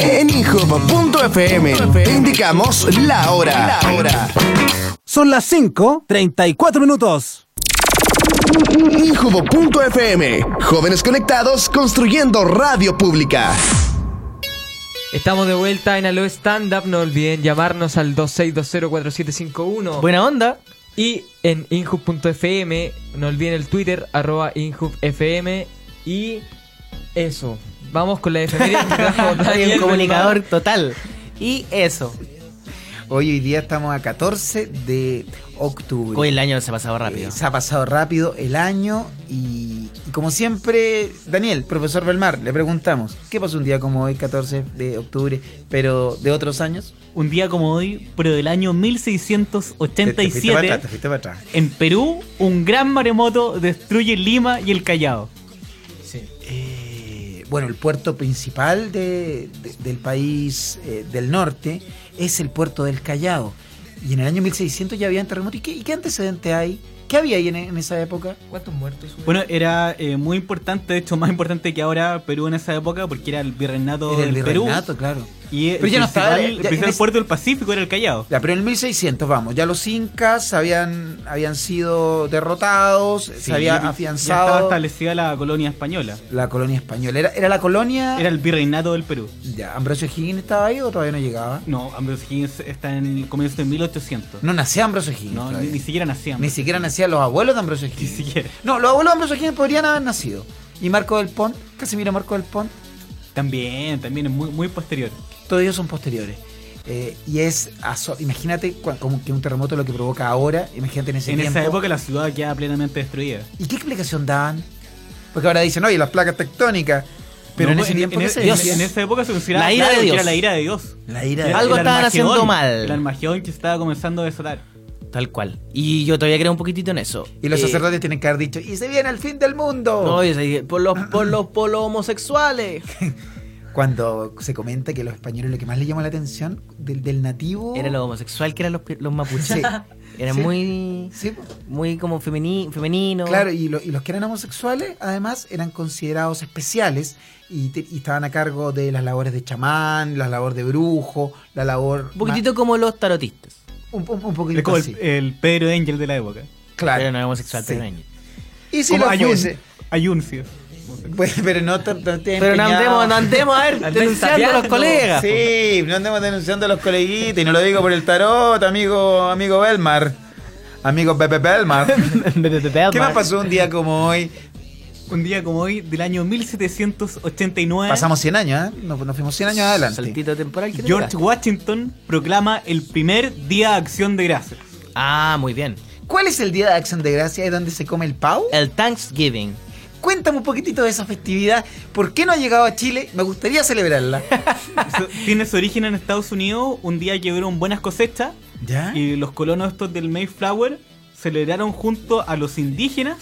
En Inhub.fm te indicamos la hora. Son las 5, 34 minutos. Injubo.fm. Jóvenes conectados construyendo radio pública. Estamos de vuelta en Alo Stand Up. No olviden llamarnos al 26204751. Buena onda. Y en inhub.fm, no olviden el Twitter, arroba inhub.fm. Y eso. Vamos con la efeméride que trajo Soy Daniel un comunicador Belmar. total. Y eso. Hoy, hoy día estamos a 14 de octubre. Hoy el año se ha pasado rápido. Eh, se ha pasado rápido el año y, y como siempre, Daniel, profesor Belmar, le preguntamos, ¿qué pasó un día como hoy, 14 de octubre, pero de otros años? Un día como hoy, pero del año Te- te fuiste para 1687, atrás, te fuiste para atrás. en Perú, un gran maremoto destruye Lima y el Callao. Eh, bueno, el puerto principal de- de- del país eh, del norte es el puerto del Callao. Y en el año 1600 ya habían terremotos. ¿Y qué, y qué antecedente hay? ¿Qué había ahí en, en esa época? ¿Cuántos muertos? hubo? Bueno, era eh, muy importante, de hecho más importante que ahora Perú en esa época, porque era el virreinato Era el del Perú. virreinato, claro. Y el Pero ya no estaba, principal, ya- el ya- principal ya- puerto del Pacífico era el Callao. Ya, pero en el 1600, vamos, ya los incas habían, habían sido derrotados, se había Ya estaba afianzado establecida la colonia española. la colonia española. ¿Era, era la colonia? Era el virreinato del Perú. Ya, ¿Ambrosio Higgins estaba ahí o todavía no llegaba? No, Ambrose Higgins está en el comienzo de 1800. No nacía Ambrosio Higgins. No, ni, todavía. ni siquiera nacían. Mm, Ni siquiera nacían los abuelos de Ambrosio Ni Higgins. siquiera. No, los abuelos de Ambrosio Higgins podrían haber nacido. Y Marco del Pont, Casimiro Marco del Pont, También, también es muy, muy posterior. todos ellos son posteriores. Eh, y es, aso- imagínate cua- como que un terremoto lo que provoca ahora, imagínate en ese en tiempo. esa época la ciudad queda plenamente destruida. ¿Y qué explicación daban? Porque ahora dicen, oye, las placas tectónicas. Pero en No, ese tiempo, ¿qué se en- decía? en esa época se consideraba La ira claro, de que Dios. era la ira de Dios. La ira Era de- Algo el estaban Armagedón, haciendo mal. El Armagedón que estaba comenzando a desatar. Tal cual. Y yo todavía creo un poquitito en eso. Y los Eh, sacerdotes tienen que haber dicho, y se viene el fin del mundo. No, yo dije, por los, por los, por los homosexuales. Cuando se comenta que los españoles lo que más les llama la atención del, del nativo... Era lo homosexual que eran los, los mapuches. Sí. Era Sí. muy, Sí, po. muy como femeni- femenino. claro, y, lo- y los que eran homosexuales además eran considerados especiales y, te- y estaban a cargo de las labores de chamán, la labor de brujo, la labor... Un poquitito como los tarotistas. ma- Un, un- un Es poquitito como así. el, el Pedro Angel de la época. claro. Pero no eh, era homosexual, Sí. pero era niño. Y si como lo Ayun. fuese... Ayun, sí. Pues, pero no, te- no te Pero no empeñado. andemos, no andemos a ver, Andá denunciando a los sapeando. colegas. Sí, no andemos denunciando a los coleguitas y no lo digo por el tarot, amigo, amigo Belmar. Amigo Pepe Belmar. ¿Qué más pasó un día como hoy? Un día como hoy, del año 1789, Pasamos 100 años, ¿eh? Nos, nos fuimos 100 años adelante. Saltito temporal que te George pegaste. Washington proclama el primer día de acción de gracias. Ah, muy bien. ¿Cuál es el día de Acción de Gracia? ¿Es donde se come el pavo? El Thanksgiving. Cuéntame un poquitito de esa festividad. ¿Por qué no ha llegado a Chile? Me gustaría celebrarla. Su- Tiene su origen en Estados Unidos, un día que hubieron buenas cosechas ¿Ya? y los colonos estos del Mayflower celebraron junto a los indígenas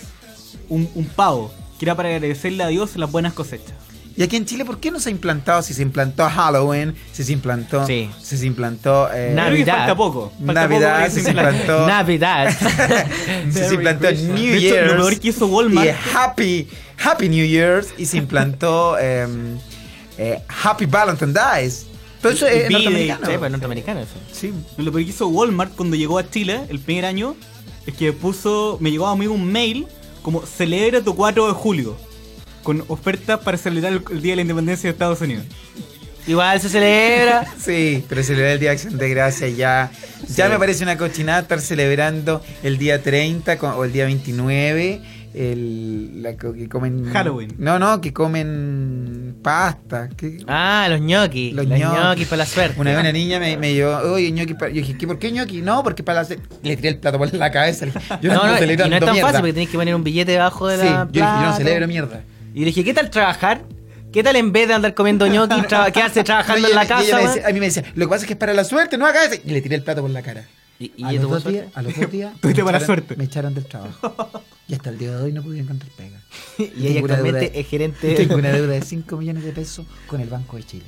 un, un pavo, que era para agradecerle a Dios las buenas cosechas. ¿Y aquí en Chile por qué no se ha implantado? Si se implantó Halloween, si se implantó... Sí. Si se implantó... eh, Navidad. Creo que falta poco. falta poco Navidad, para que si se se implante. implantó... Navidad. si se implantó New De hecho, Year's. lo peor que hizo y Walmart. eh, Happy, Happy New Year's y se implantó eh, eh, Happy Valentine Dies. Todo eso es B-Day, norteamericano. Sí, pues norteamericano eso. Sí. Lo peor que hizo Walmart cuando llegó a Chile el primer año es que puso, me llegó a mí un mail como celebra tu 4 de julio con ofertas para celebrar el, el Día de la Independencia de Estados Unidos. Igual se celebra. Sí, pero celebrar el Día de Acción de Gracias ya. Ya me parece una cochinada estar celebrando el día 30 con- o el día 29. El, la co- que comen. Halloween. No, no, que comen pasta. que- Ah, los ñoquis. Los, ñoquis para la suerte. Una vez una niña me, me llevó, oye, ñoqui, para-". yo dije, ¿qué, ¿por qué ñoqui? No, porque para la... Le tiré el plato por la cabeza. le dije, Yo no, no, no, ando y no celebrando es tan mierda". fácil porque tenés que poner un billete debajo de Sí, la. yo dije, yo no plata. celebro mierda. Y le dije, ¿qué tal trabajar? ¿Qué tal en vez de andar comiendo ñoqui, traba- quedarse trabajando No, y en la ella- y ella casa? me weón? decía- a mí me decía, lo que pasa es que es para la suerte, no hagas eso. Y le tiré el plato por la cara. Y- y a, los yo tuve dos suerte. días, a los dos días. Tuviste me mala echaron- suerte. Me echaron del trabajo. Y hasta el día de hoy no pude encontrar pega. Y ella Ninguna actualmente deuda- es gerente. Tengo una deuda de 5 millones de pesos con el Banco de Chile.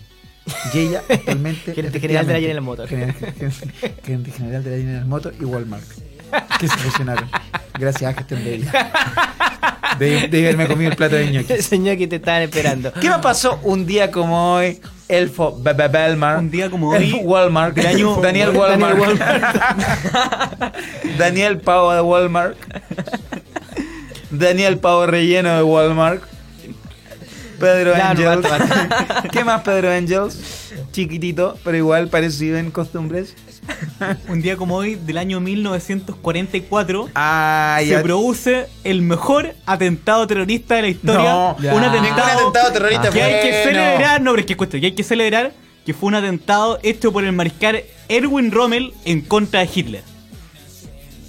Y ella actualmente. Gerente general de efectivamente, la General Motors. Gerente, gerente general de la General Motor y Walmart. Que se fusionaron. Gracias a gestión de ella. De, de haberme comido el plato de ñoqui. Ese ñoqui te estaban esperando. ¿Qué me pasó un día como hoy? Elfo Be- Be- Belmar. Un día como Elfo hoy, Walmart. del año- Daniel Daniel Walmart. Daniel Pavo de Walmart. Daniel Pavo relleno de Walmart. Pedro Ya, no, Angels. basta, ¿Qué más Pedro Angels? Chiquitito, pero igual parecido en costumbres. Un día como hoy del año 1944 Ah, se produce el mejor atentado terrorista de la historia. No, un ya. Ningún atentado, atentado terrorista que hay que bueno. celebrar. No, pero es que cuesta, que hay que celebrar que fue un atentado hecho por el mariscal Erwin Rommel en contra de Hitler.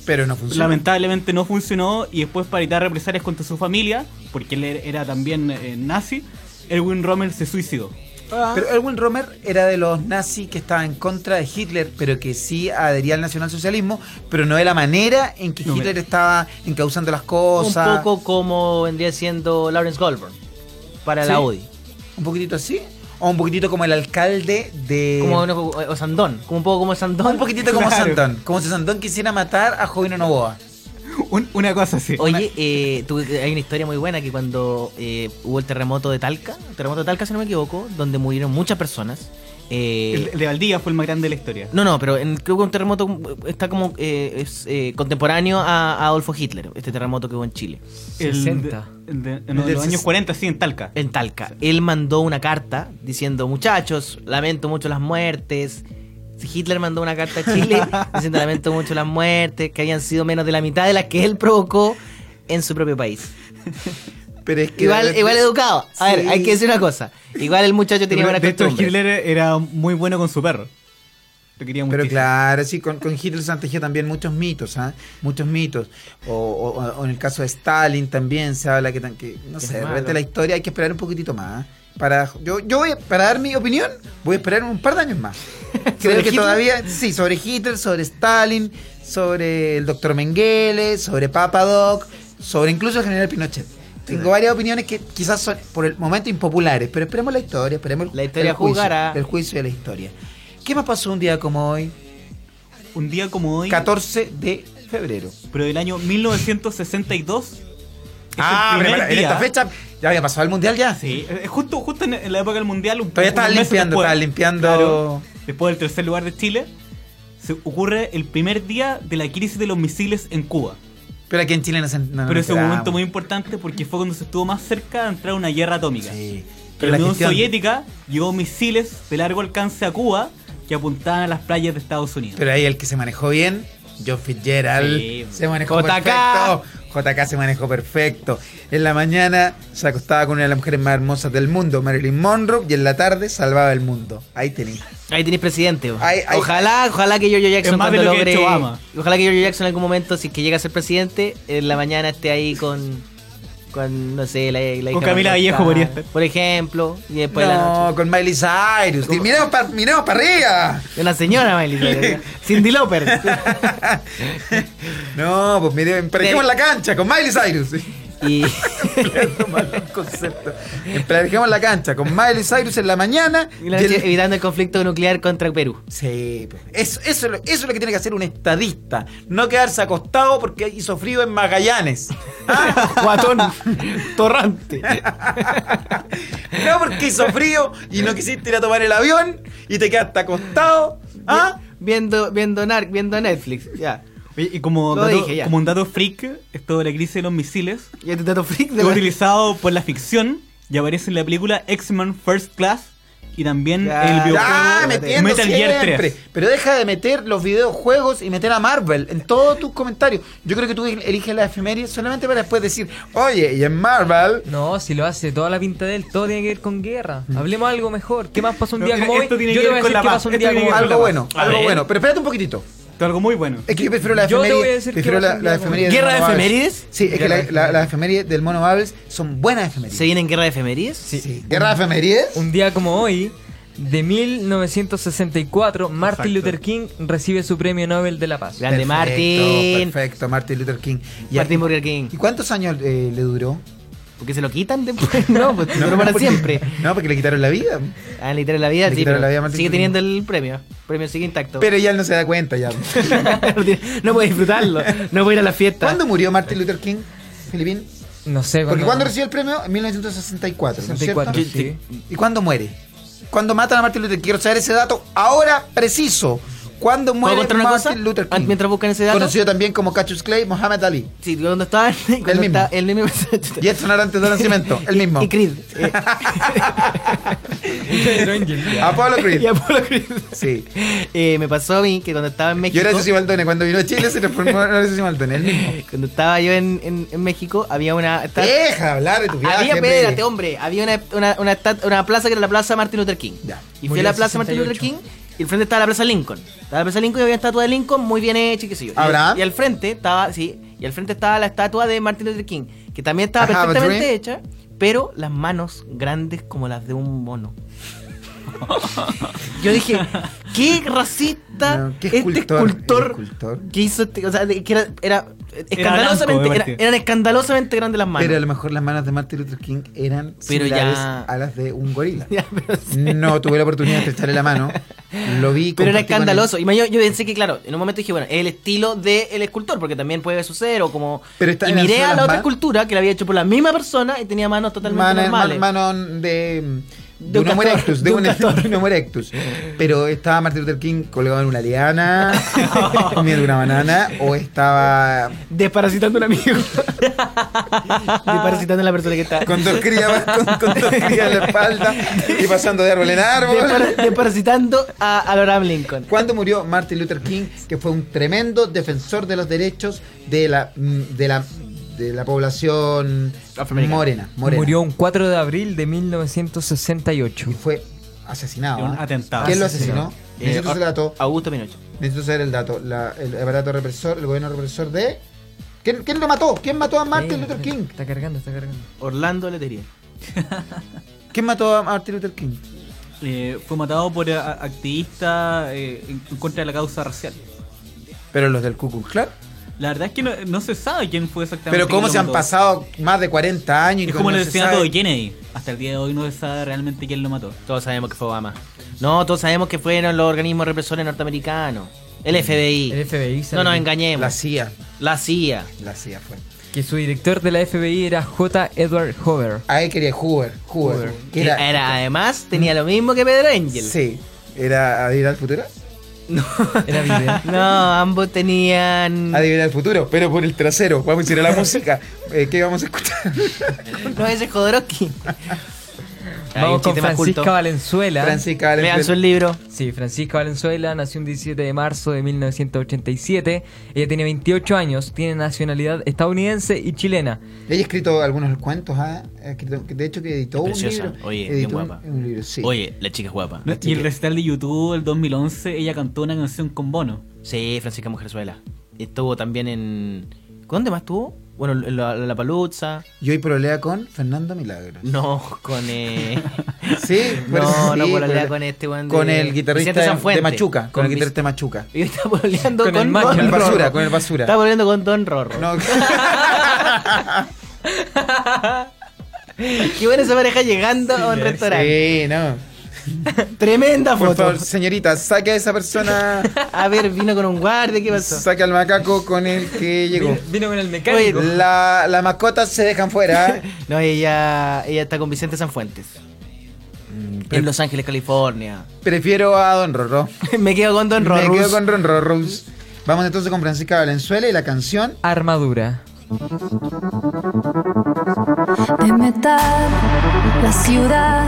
Pero no funciona. Lamentablemente no funcionó y después para evitar represalias contra su familia, porque él era también eh, nazi, Erwin Rommel se suicidó. Pero Erwin Romer era de los nazis que estaba en contra de Hitler, pero que sí adhería al nacionalsocialismo, pero no de la manera en que No, Hitler mira. estaba encauzando las Un cosas. poco como vendría siendo Lawrence Goldberg para Sí. la UDI. Un poquitito así. O un poquitito como el alcalde de. Como no, o Sandón, como un poco como Sandón. Eh. Un poquitito como Claro. Sandón. Como si Sandón quisiera matar a Jovino Novoa. Un- una cosa así. Oye, eh, tú- hay una historia muy buena que cuando eh, hubo el terremoto de Talca, el terremoto de Talca si no me equivoco, donde murieron muchas personas. eh, El, el de Valdivia fue el más grande de la historia. No, no, pero en- creo que un terremoto está como eh, es, eh, contemporáneo a, a Adolfo Hitler, este terremoto que hubo en Chile, El 60. de- el de- no, del los años ses- 40, sí, en Talca. en Talca. Él mandó una carta diciendo, muchachos, lamento mucho las muertes. Hitler mandó una carta a Chile diciendo, lamento mucho las muertes, que habían sido menos de la mitad de las que él provocó en su propio país. Pero es que. Igual, igual educado. A Sí. ver, hay que decir una cosa. Igual el muchacho tenía buena de este hecho, costumbre. Hitler era muy bueno con su perro. Lo quería Pero muchísimo. claro, sí, con, con Hitler se han tejido también muchos mitos, ¿ah? Muchos mitos. O, o- o en el caso de Stalin también se habla que, tan- que no Es sé, de malo. repente la historia hay que esperar un poquitito más. ¿ah? Para, yo, yo voy, a- para dar mi opinión, voy a esperar un par de años más. Creo ¿Sobre que Hitler? todavía, sí, sobre Hitler, sobre Stalin, sobre el doctor Mengele, sobre Papadoc, sobre incluso el general Pinochet. Tengo varias opiniones que quizás son por el momento impopulares, pero esperemos la historia, esperemos el- La historia el juicio, jugará. El juicio de la historia. ¿Qué más pasó un día como hoy? Un día como hoy, 14 de febrero. pero del año 1962. es el primer pero, pero, Ah, en día- esta fecha ya había pasado el mundial ya. Sí, eh, justo, justo en, en la época del mundial. un- Todavía estaba unos meses limpiando, después. estaba limpiando. Claro, después del tercer lugar de Chile, se ocurre el primer día de la crisis de los misiles en Cuba. Pero aquí en Chile no se no nos Pero es un enteramos. momento muy importante porque fue cuando se estuvo más cerca de entrar a una guerra atómica. Sí. Pero Pero la la Unión gestión- Soviética llevó misiles de largo alcance a Cuba que apuntaban a las playas de Estados Unidos. Pero ahí el que se manejó bien, John Fitzgerald, Sí. se manejó JK. perfecto. JK se manejó perfecto. En la mañana se acostaba con una de las mujeres más hermosas del mundo, Marilyn Monroe, y en la tarde salvaba el mundo. Ahí tenía. Ahí tenés presidente. po. Ay, ay. ojalá, ojalá que Giorgio Jackson Es más de lo cuando que ha logre. hecho Obama. Ojalá que Giorgio Jackson en algún momento, si es que llega a ser presidente, en la mañana esté ahí con. Con, no sé, la, la Con hija Camila más Vallejo cercana, podría estar. Por ejemplo, y después de la no, noche. con Miley Cyrus. Miremos para arriba. De Una señora, Miley. Cyrus. Cindy Lauper. No, pues mire, emparejemos la cancha con Miley Cyrus. y. concepto. Emparejemos la cancha con Miley Cyrus en la mañana. y la y noche el- evitando el conflicto nuclear contra Perú. Sí, pues, eso, eso, es lo- eso es lo que tiene que hacer un estadista. No quedarse acostado porque hizo frío en Magallanes. Ah. Guatón. Torrante. No porque hizo frío y no quisiste ir a tomar el avión y te quedaste acostado. ¿Ah? Viendo, viendo, nar- viendo Netflix. Ya. Oye, Y como, Lo dato- dije ya. como un dato freak, esto de la crisis de los misiles Y este dato freak de fue la- utilizado por la ficción y aparece en la película X-Men First Class y también Ya, el videojuego Ah, Videojuego, metiendo Metal Gear 3. siempre. Pero deja de meter los videojuegos y meter a Marvel en todos tus comentarios. Yo creo que tú eliges la efeméride solamente para después decir, oye, y en Marvel. No, si lo hace toda la pinta de él, todo tiene que ver con guerra. Hablemos algo mejor. ¿Qué más pasó Mm. un No, día mira, como hoy? esto tiene Yo que te ver voy a con decir la qué paz, pasó un esto día tiene como que ver hoy. con la Algo paz. bueno, A algo ver. bueno. Pero espérate un poquitito. Esto es algo muy bueno. Es que yo prefiero la Yo te efeméride. voy a decir que prefiero va a la, ser la día efeméride. como del hoy. ¿Guerra de Mono Babels. efemérides? Sí, es que la, la, las efemérides del Mono Babels son buenas efemérides. ¿Se viene en guerra de efemérides? Sí. ¿Guerra de efemérides? Un día como hoy, de 1964, Martin Luther King recibe su premio Nobel de la Paz. Grande Perfecto, Martín. Perfecto, Martin Luther King. Y Martin aquí- Burger King. ¿Y cuántos años eh, le duró? Porque se lo quitan después. No, pues no, para porque- siempre. No, porque le quitaron la vida. Ah, le quitaron la vida, Le sí, quitaron pero la vida a Martin sigue Luther King. teniendo el premio. El premio sigue intacto. Pero ya él no se da cuenta ya. no, tiene- no puede disfrutarlo. No puede ir a la fiesta. ¿Cuándo murió Martin Luther King, Filipín? No sé, Porque cuando- cuando recibió el premio, en 1964. ¿no es 64, cierto? sí. ¿Y cuándo muere? ¿Cuándo matan a Martin Luther King? Quiero saber ese dato ahora preciso. ¿Cuándo ¿Puedo muere contar una Martin cosa? Luther King? Ah, Mientras buscan ese dato. Conocido también como Cassius Clay, Mohammed Ali. Sí, cuando estaba. Cuando mismo. estaba- el mismo. Y Edson Arantes de Nacimiento, el mismo. Y Creed. Eh, Pedro Engel, ya. Apollo Creed. y Apolo Creed. Sí. Eh, me pasó a mí que cuando estaba en Yo México. era Ceci Baldone. Cuando vino a Chile se transformó en Ceci Baldone, el mismo. Cuando estaba yo en, en- en México, había una. estaba- Deja hablar de tu viaje. Ah, había, hombre. espérate, hombre. Había una, una, una esta- una plaza que era la plaza Martin Luther King. Ya. Y fui Murió a la en plaza Martin Luther 68. King y al frente estaba la plaza Lincoln. Estaba la plaza Lincoln y había una estatua de Lincoln muy bien hecha, qué sé yo. Y- ¿Abraham? Y, al frente estaba, sí, y al frente estaba la estatua de Martin Luther King, que también estaba I have a perfectamente dream. hecha, pero las manos grandes como las de un mono. Yo dije, qué racista No, qué este escultor, escultor, el escultor. que hizo este, o sea, de- que era, era blanco, escandalosamente, de era- partida. eran escandalosamente grandes las manos. Pero a lo mejor las manos de Martin Luther King eran Pero similares ya- a las de un gorila. Ya, pero sí. No tuve la oportunidad de estrecharle la mano. Lo vi. Pero era compartí con escandaloso. Y yo, yo pensé que, claro, en un momento dije, bueno, es el estilo del escultor, porque también puede suceder, o como. Pero esta y era miré solo a la las otra ma- escultura que la había hecho por la misma persona y tenía manos él. totalmente Mano, normales. mano, mano de. De De un un Homo castor, erectus, de de un un castor. de un Homo erectus. Pero estaba Martin Luther King colgado en una liana, comiendo una banana, o estaba Desparasitando a un amigo. Desparasitando a la persona que está. con dos crías con, con dos crías en la espalda y pasando de árbol en árbol. Despara- desparasitando a, a Abraham Lincoln. ¿Cuándo murió Martin Luther King, que fue un tremendo defensor de los derechos de la mm, de la de la población morena, morena. Murió un 4 de abril de 1968. y fue asesinado. De un ¿ah? atentado. Eh, ¿Quién lo Asesinado. asesinó? Necesito ese dato. Augusto Pinochet. Necesito saber el dato. La- el aparato represor, el gobierno represor de ¿Quién, quién lo mató? ¿Quién mató a Martin Luther King? Está cargando, está cargando. Orlando Letería. ¿Quién mató a Martin Luther King? Eh, fue matado por eh, activistas eh, en en contra de la causa racial. Pero los del Ku Klux Klan. La verdad es que no, no se sabe quién fue exactamente. Pero cómo quién se lo han mató. pasado más de 40 años y Es como no el se asesinato sabe. de Kennedy. Hasta el día de hoy no se sabe realmente quién lo mató. Todos sabemos que fue Obama. No, todos sabemos que fueron los organismos represores norteamericanos. El FBI. El FBI No salió. nos engañemos. La CIA, la CIA. la CIA fue. Que su director de la FBI era J. Edward Hoover. Ahí quería Hoover, Hoover. que Era, además, tenía lo mismo que Pedro Angel. Sí. ¿Era adivinar el futuro? Era video. No, ambos Mm. tenían. Adivinar el futuro, pero por el trasero. Vamos a ir a la música. Eh, ¿Qué vamos a escuchar? No, ese es Jodorowsky. Hay un Vamos con chiste más Francisca culto. Valenzuela. Francisca Lean su Valenzuela. libro. Sí, Francisca Valenzuela nació un 17 de marzo de 1987. Ella tiene 28 años, tiene nacionalidad estadounidense y chilena. Ella ha escrito algunos cuentos, ¿ah? Ha escrito- de hecho que editó un Preciosa. libro. Oye, bien editó guapa. Un, un libro, sí. Oye, la chica es guapa. ¿No? Y el recital de YouTube del 2011, ella cantó una canción con Bono. Sí, Francisca Mujerzuela. Estuvo también en. ¿Dónde más estuvo? Bueno, en la, la Paluza. Y hoy problema con Fernando Milagro. No, con. Eh... Sí, por eso no sí, pololea pololea. con este weón de- Con el guitarrista Vicente de, Sanfuente. de Machuca. Con, Con el Vic- guitarrista de Machuca. Y está boleando Con con, el macho. Don Con el Rorro. basura, con el basura. Está boleando con Don Rorro. No. Qué buena esa pareja llegando a un restaurante. sí, no. Tremenda Por foto. favor, señorita, saque a esa persona. A ver, vino con un guardia, ¿qué pasó? Saque al macaco con el que llegó. Vino, vino con el mecánico. La, las mascotas se dejan fuera. No, ella, ella está con Vicente Sanfuentes. en Los Ángeles, California. Prefiero a Don Rorro. Me quedo con Don Me Rorro. quedo con Don Rorro. Vamos entonces con Francisca Valenzuela y la canción. Armadura. de metal. La ciudad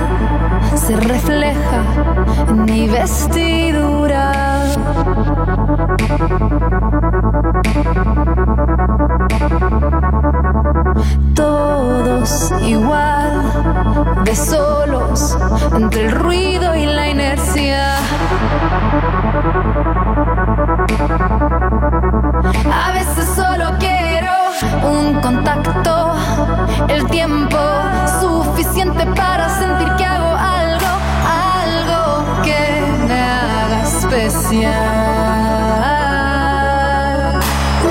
se refleja en mi vestidura. Todos igual, de solos, entre el ruido y la inercia. A veces solo quiero un contacto, el tiempo suficiente para sentir que hago algo, algo que me haga especial. Uh,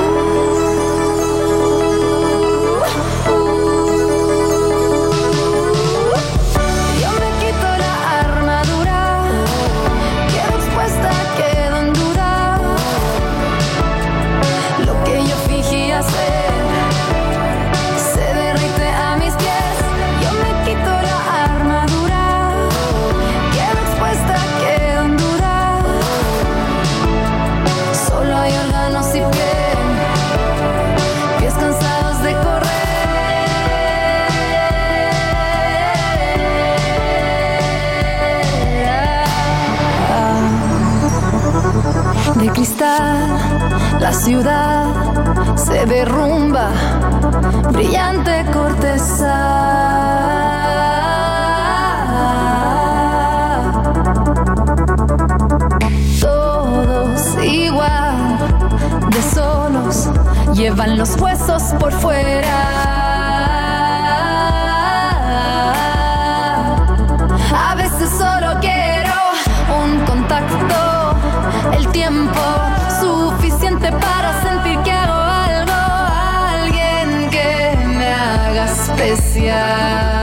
uh. Yo me quito la armadura, quedo expuesta, quedo en duda lo que yo fingí hacer se derrite a mis pies. Yo me quito la armadura, quedo expuesta, quedo en duda. Solo hay órganos y piel, pies cansados de correr. De cristal, la ciudad se derrumba, brillante corteza. Todos igual, de solos, llevan los huesos por fuera. A veces solo quiero un contacto, el tiempo suficiente para sentir que hago algo, alguien que me haga especial.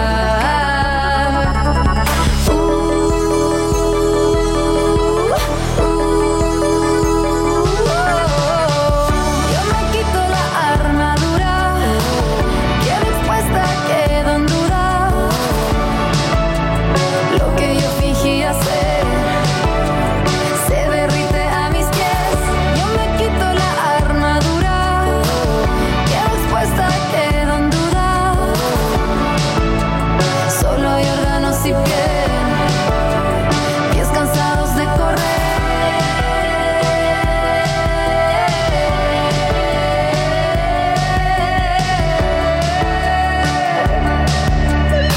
Uh, uh, Yo me quito la armadura, quedo expuesta, quedo en duda. Lo que yo fingí hacer se derrite a mis pies. Yo me quito la armadura, quedo expuesta, quedo en duda. Solo hay órganos y piel, pies cansados de correr.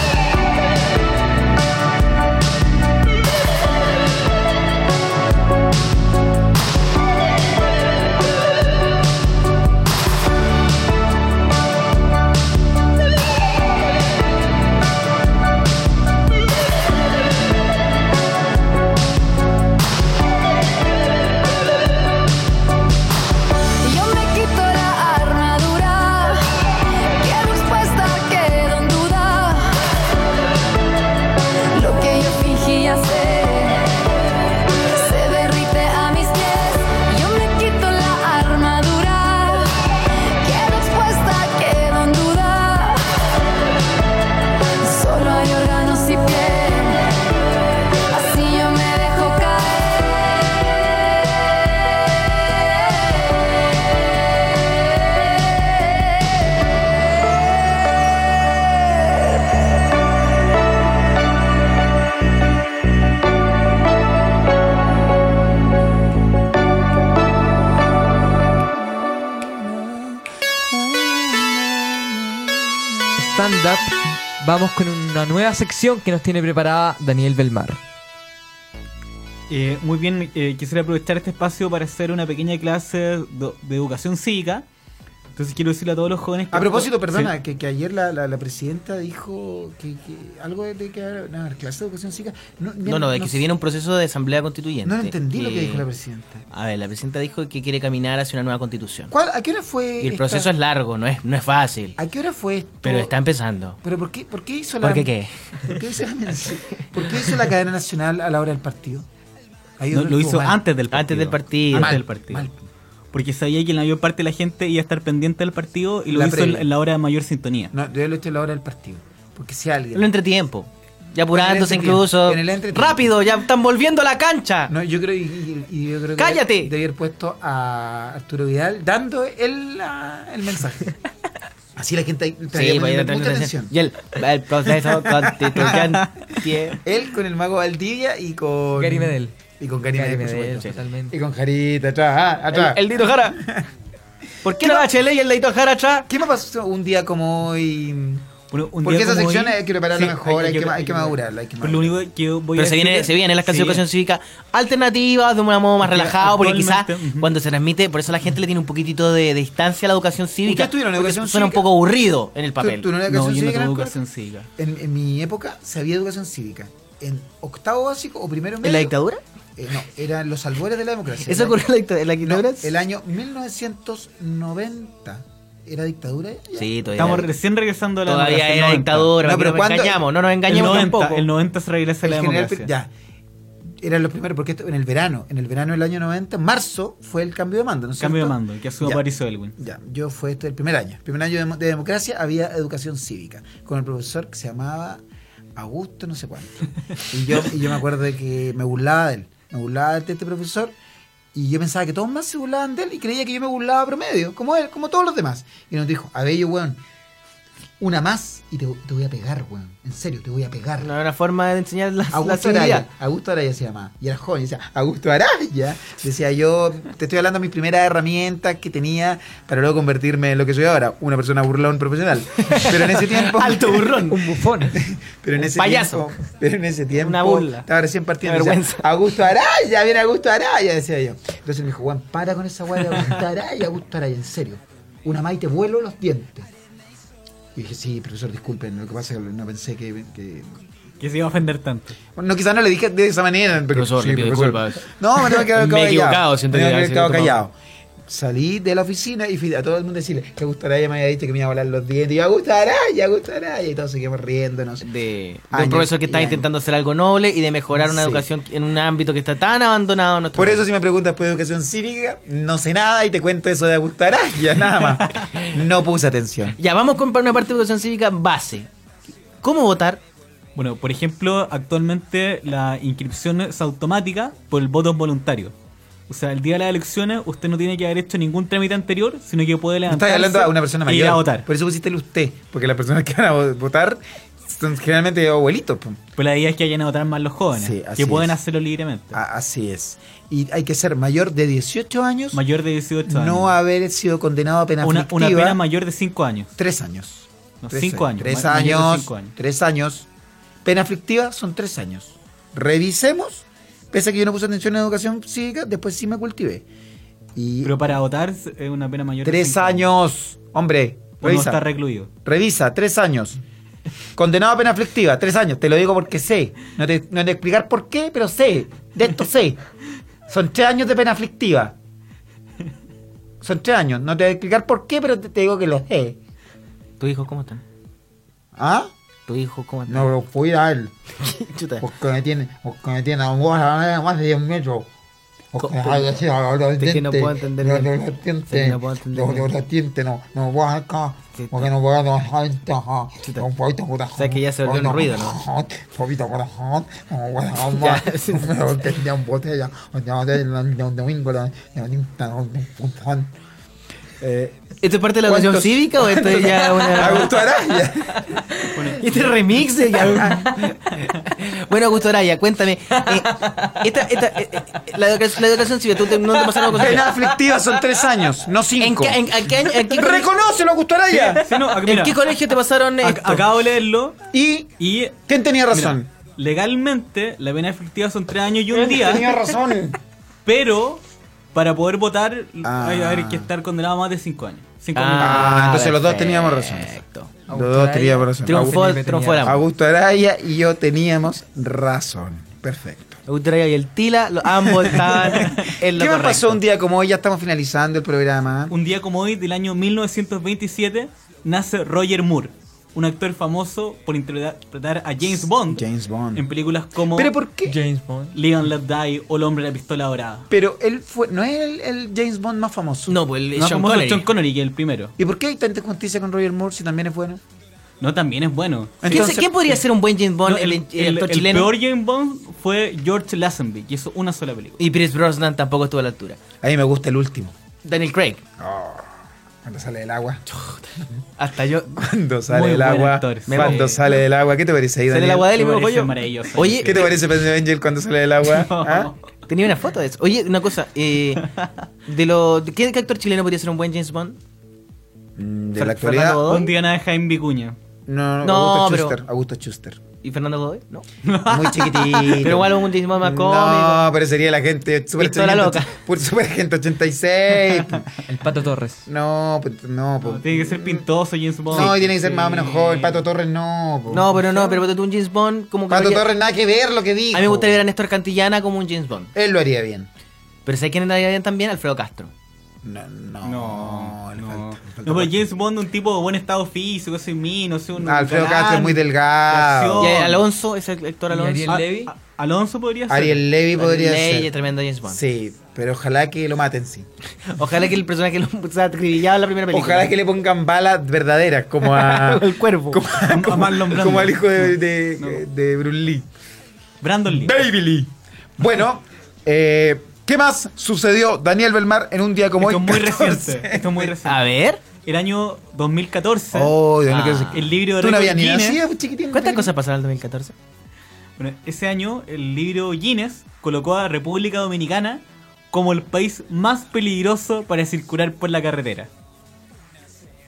Yo me quito la armadura, quedo expuesta, quedo en duda. Lo que yo fingí hacer se derrite a mis pies. Yo me quito la armadura, quedo expuesta, quedo en duda. Solo hay órganos y piel, así yo me dejo caer. Stand Up, vamos con una nueva sección que nos tiene preparada Daniel Belmar. Eh, muy bien, eh, quisiera aprovechar este espacio para hacer una pequeña clase do- de educación cívica. Entonces quiero decirle a todos los jóvenes que... A propósito, perdona, Sí. que, que ayer la, la, la presidenta dijo que, que algo de que una clase de educación psíquica. No, bien, No, no, es que sé. se viene Eh, un proceso de asamblea constituyente. No lo entendí lo que dijo la presidenta. A ver, la presidenta dijo que quiere caminar hacia una nueva constitución. ¿Cuál, ¿A qué hora fue? Y el esta- proceso es largo, no es, no es fácil, ¿A qué hora fue esto? pero está empezando. ¿Pero por qué, por qué hizo la. ¿Por qué qué? ¿Por qué hizo la, mención- por qué hizo la cadena nacional a la hora del partido? Ahí No, donde lo estuvo hizo mal. antes del partido. Antes del partido. Antes Mal, del partido. mal. Porque sabía que la mayor parte de la gente iba a estar pendiente del partido y lo La hizo en, previa. en la hora de mayor sintonía. No, yo lo he hecho a la hora del partido. Porque si En el alguien. entretiempo. Ya apurándose En el incluso. entretiempo, en el entretiempo. Rápido, ya están volviendo a la cancha. No, yo creo, y, y- y yo creo que ¡Cállate! debe- debe haber puesto a Arturo Vidal dando el, la- el mensaje. Así la gente ahí estaría Sí, pues, poniendo ya mucha tengo atención. Y el, el proceso constituyente. Él con el mago Valdivia y con. Gary Medel. Y con Gary Gary Medel, por Medel, supuesto. totalmente. Y con Jarita, atrás, ah, atrás. El Dito Jara. ¿Por qué la Bachelet y el Dito Jara atrás? ¿Qué me pasó un día como hoy? Bueno, un Porque día esa como sección hoy- hay que prepararla Sí, mejor, hay, que- que, hay que que- madurarla, hay que Pues lo madurarla. único que yo voy Pero a se decir viene, es- se viene la clasificación Sí. cívica alternativa, de una modo más Porque relajado, porque quizás actualmente, ujú. cuando se transmite, por eso la gente le tiene un poquitito de, de distancia a la educación cívica. ¿Ustedes tuvieron porque educación Suena cívica? un poco aburrido en el papel. ¿Tú, tú no eres No, educación yo no cívica, tuve Narco? educación cívica. En, en mi época se había educación cívica. ¿En octavo básico o primero medio? ¿En la dictadura? Eh, no, eran los albores de la democracia. ¿Eso El ocurrió en la dicta- en la año- dictadura? no, el año 1990. ¿Era dictadura? ya? Sí, todavía. Estamos recién regresando a la Todavía democracia, el era 90. dictadura, No, no, pero nos ¿cuándo- engañamos, no nos El engañemos 90, tampoco. el 90 se regresa El la general democracia. Pir- ya. Eran los primeros, porque esto- en el verano, en el verano del año 90, marzo, fue el cambio de mando. ¿no es Cambio de cierto? mando, que ha sido Ya. Paris Elwin. Ya, yo fue este el primer año. El primer año de, de democracia había educación cívica con el profesor que se llamaba Augusto no sé cuánto. Y yo, y yo me acuerdo de que me burlaba de él. Me burlaba de este profesor y yo pensaba que todos más se burlaban de él y creía que yo me burlaba promedio, como él, como todos los demás. Y nos dijo, Abello, weón, una más y te, te voy a pegar, weón. En serio, te voy a pegar. No era una forma de enseñar la, la Augusto civilidad. Araya. Augusto Araya se llamaba. Y era joven. y Decía, Augusto Araya. Decía yo, te estoy hablando de mis primeras herramientas que tenía para luego convertirme en lo que soy ahora, una persona burlón profesional. Pero en ese tiempo. Alto burrón. Un bufón. Pero en Un ese payaso. tiempo. Pero en ese tiempo. Una burla. Estaba recién partiendo. Una decía, vergüenza. Augusto Araya, viene Augusto Araya, decía yo. Entonces me dijo, Juan, para con esa weá de Augusto Araya, Augusto Araya, en serio. Una más y te vuelo los dientes. Y dije, sí, profesor, disculpen, lo que pasa es que no pensé que- que Que se iba a ofender tanto. no, quizás no le dije de esa manera. Pero, Profesor, le pido disculpas. No, me tengo que quedar Me he callado. equivocado, siento Me que tengo que haber haber quedado sido callado. Salí de la oficina y fui a todo el mundo a decirle que Augusto Araya me había dicho que me iba a volar los dientes. Y yo, Augusto Araya, Augusto Araya. Y todos seguimos riéndonos. de, de Años un profesor que está y años. intentando hacer algo noble y de mejorar una Sí. educación en un ámbito que está tan abandonado en nuestro Por eso, país. si me preguntas por educación cívica, no sé nada y te cuento eso de Augusto Araya, nada más. No puse atención. Ya, vamos con una parte de educación cívica base. ¿Cómo votar? Bueno, por ejemplo, actualmente la inscripción es automática por el voto voluntario. O sea, el día de las elecciones usted no tiene que haber hecho ningún trámite anterior, sino que puede No levantarse estás hablando a una persona e mayor. Pues- ir a votar. Por eso pusiste el usted, porque las personas que van a vo- votar son generalmente abuelitos. pum. Pues la idea es que vayan a votar más los jóvenes, Sí, así que pueden es. Ah, hacerlo libremente. A- Así es. Y hay que ser mayor de 18 años. Mayor de 18 años. no haber sido condenado a pena una, una aflictiva. pena mayor de 5 años. tres años. No, Tres- cinco años. Tres Ma- mayor de años, cinco años. Tres años. Pena aflictiva son tres años. Revisemos. Pese a que yo no puse atención en educación cívica, después sí me cultivé. Y Pero para votar es una pena mayor de tres 5 años. Hombre, Uno está revisa. recluido. Revisa, tres años. Condenado a pena aflictiva, tres años. Te lo digo porque sé. No te, no te explicar por qué, pero sé. De esto sé. Son tres años de pena aflictiva. Son tres años. No te voy a explicar por qué, pero te, te digo que lo sé. ¿Tu hijo cómo están? ¿Ah? ¿Tu hijo cómo están? No lo fui a él. Chuta. Porque me tiene, porque me tiene a un guas- a más de 10 metros. Porque Co- hay así, a los Es que no puedo dientes, entender los- bien. los Sí, dientes, no puedo entender los- bien. los dientes, no, no voy acá, Sí, porque no voy a dejar entrar, Chuta. ah, un poquito por acá, sea, que ya se volvió un no, ruido, ¿no? un poquito por acá, no voy a dejar más, sí, no me lo tenía en botella, o sea, de- de- de un domingo, de- de un- de un- de un pulmón. Eh, ¿Esto es parte de la educación ¿Cuántos- cívica o esto es ya una... Augusto Araya. este remix de Bueno, Augusto Araya, cuéntame. eh, esta, esta, eh, eh, la, educación, la educación cívica, tú te- no te pasaron con Pena aflictiva son tres años, no ¿En cinco. qué, en, en qué año- en qué colegio- Reconócelo, Augusto Araya. Sí, no, ac- ¿En mira, qué colegio te pasaron ac- esto? acabo de leerlo Y y... ¿Quién tenía mira, razón? legalmente la pena efectiva son 3 años y un día. Eh, Tenía razón. Pero para poder votar Ah. hay, hay que estar condenado a más de 5 años. Cinco Ah, entonces los dos teníamos razón. Perfecto. Los dos teníamos razón. Triunfó, Augusto- triunfó el amor. Augusto Araya y yo teníamos razón. Perfecto. Augusto Araya y el Tila, los, ambos estaban en lo ¿Qué me correcto. pasó un día como hoy? Ya estamos finalizando el programa. Un día como hoy, del año 1927, nace Roger Moore, un actor famoso por interpretar a James Bond James Bond. en películas como ¿Pero por qué? James Bond. Leon Let Die o El hombre de la pistola dorada. Pero él fue, no es el, el James Bond más famoso. No, pues el Más Sean famoso Connery. Sean Connery, que es el primero. ¿Y por qué hay tanta injusticia con Roger Moore si también es bueno? No, también es bueno. ¿Quién, Entonces- se- quién podría ser un buen James Bond, No, el, el actor el chileno? peor James Bond fue George Lazenby, y eso una sola película. Y Pierce Brosnan tampoco estuvo a la altura. A mí me gusta el último. Daniel Craig. Cuando sale del agua. Hasta yo. Cuando sale Muy del buen agua. actor, sí. Cuando Eh, sale del agua. ¿Qué te parece ahí, Sale Daniel? el agua de él y Me me parece voy yo. maravilloso. Oye, eh, ¿Qué te parece Penny Angel cuando sale del agua? No. ¿Ah? tenía una foto de eso. Oye, una cosa. eh, de lo, de- ¿Qué qué actor chileno podría ser un buen James Bond? Mm, De Fer- la actualidad. Fernando Un día nada Jaime Vicuña. No, No, Augusto pero- Schuster. Augusto Schuster. ¿Y Fernando Godoy? No. Muy chiquitito. Pero igual un James Bond más cómico. No, pero sería la gente super Pistola loca. Por super gente 86. El Pato Torres. No, pues no, pues. No, tiene que ser pintoso James Bond. No, tiene que ser más o menos Sí. joven. Pato Torres no. po. No, pero no, pero ponte tú un James Bond como que Pato lo haría- Torres nada que ver lo que dijo. A mí me gustaría ver a Néstor Cantillana como un James Bond. Él lo haría bien. Pero sé quién andaría bien también, Alfredo Castro. No, no. No, le no. falta- le falta No, pero cuerpo. James Bond, un tipo de buen estado físico, ese mí, no sé, un. Alfredo galán. Castro es muy delgado. Acción. Y Alonso, ese actor ¿Y Alonso. Ariel Ah, Levy? a- Alonso podría ser. Ariel Levy podría Ley, ser. tremendo James Bond. Sí, pero ojalá que lo maten, sí. Ojalá que el personaje lo sea acribillado en la primera película. Ojalá que le pongan balas verdaderas, como a. el cuervo. como, a- A Marlon Brando. como al hijo de, de, de Bruce Lee. Brandon Lee. Baby Lee. Bueno, eh, ¿qué más sucedió Daniel Belmar en un día como Esto es hoy? muy 14? reciente. Esto es muy A reciente. ver, El año 2014. Oh, Dios mío, qué- Ah. El libro de Tú récord no habías ni Guinness. nacido, chiquitín. ¿cuántas cosas pasaron en el 2014? Bueno, ese año el libro Guinness colocó a República Dominicana como el país más peligroso para circular por la carretera.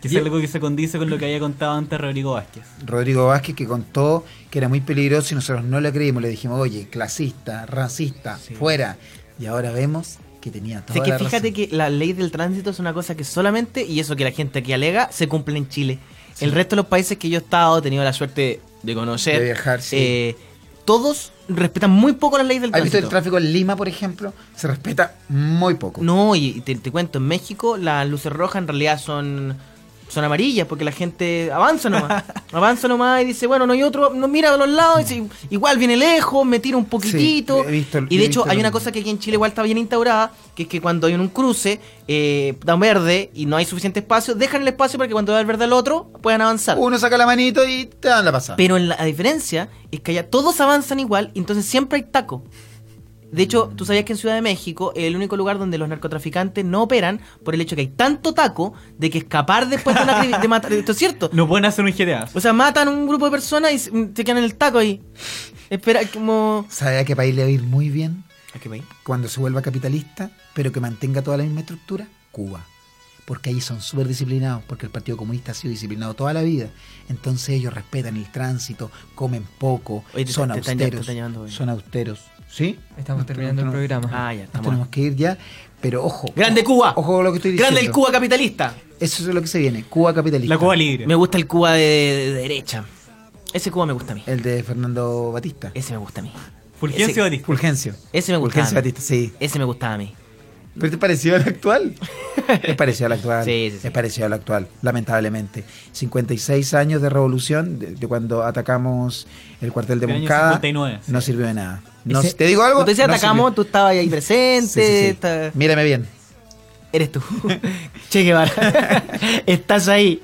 Que es Y- algo que se condice con lo que había contado antes Rodrigo Vázquez. Rodrigo Vázquez que contó que era muy peligroso y nosotros no le creímos. Le dijimos, oye, clasista, racista, fuera. Y ahora vemos que tenía todo. Así que fíjate que la ley del tránsito es una cosa que solamente, y eso que la gente aquí alega, se cumple en Chile. El resto de los países que yo he estado, he tenido la suerte de conocer. De viajar, sí. eh, todos respetan muy poco la ley del ¿Has visto tránsito. el tráfico en Lima, por ejemplo? Se respeta muy poco. No, y te, te cuento, en México las luces rojas en realidad son, son amarillas porque la gente avanza nomás. avanza nomás y dice, bueno, no hay otro, no mira a los lados, y dice, igual viene lejos, me tira un poquitito. Sí, he visto- y he de hecho visto hay lo una mismo. cosa que aquí en Chile igual está bien instaurada, que es que cuando hay un cruce eh, tan verde y no hay suficiente espacio, dejan el espacio para que cuando da el verde al otro puedan avanzar. Uno saca la manito y te dan la pasada. Pero en la, la diferencia es que allá todos avanzan igual, entonces siempre hay taco. De hecho, tú sabías que en Ciudad de México es el único lugar donde los narcotraficantes no operan por el hecho que hay tanto taco de que escapar después de una crimen- de matar. Esto es cierto. No pueden hacer un GTA. O sea, matan un grupo de personas y se mm, se quedan en el taco ahí. Espera, como. ¿Sabe a qué país le va a ir muy bien ¿A qué país? cuando se vuelva capitalista, pero que mantenga toda la misma estructura? Cuba. Porque ahí son súper disciplinados, porque el Partido Comunista ha sido disciplinado toda la vida. Entonces ellos respetan el tránsito, comen poco, Oye, te- son te están- te austeros. están llamando, güey. son austeros. ¿Sí? Estamos Nos- terminando el nos- programa. Ah, ya Nos estamos. tenemos que ir ya, pero ojo. ¡Grande Cuba! Ojo con lo que estoy diciendo. ¡Grande el Cuba capitalista! Eso es lo que se viene, Cuba capitalista. La Cuba Libre. Me gusta el Cuba de, de derecha. Ese Cuba me gusta a mí. El de Fernando Batista. Ese me gusta a mí. ese- Fulgencio Batista. Fulgencio. Ese me gustaba. Fulgencio Batista, sí. Ese me gustaba a mí. ¿Pero te pareció al actual? Es parecido al actual. Sí, sí, sí. Es parecido al actual, lamentablemente. 56 años de revolución, de, de cuando atacamos el cuartel de Del año Moncada, 59, sí. no sirvió de nada. No, Ese- si te digo algo. Cuando te no atacamos, sirvió. tú estabas ahí presente. Sí, sí, sí. esta- Mírame bien. Eres tú. che Guevara. Estás ahí.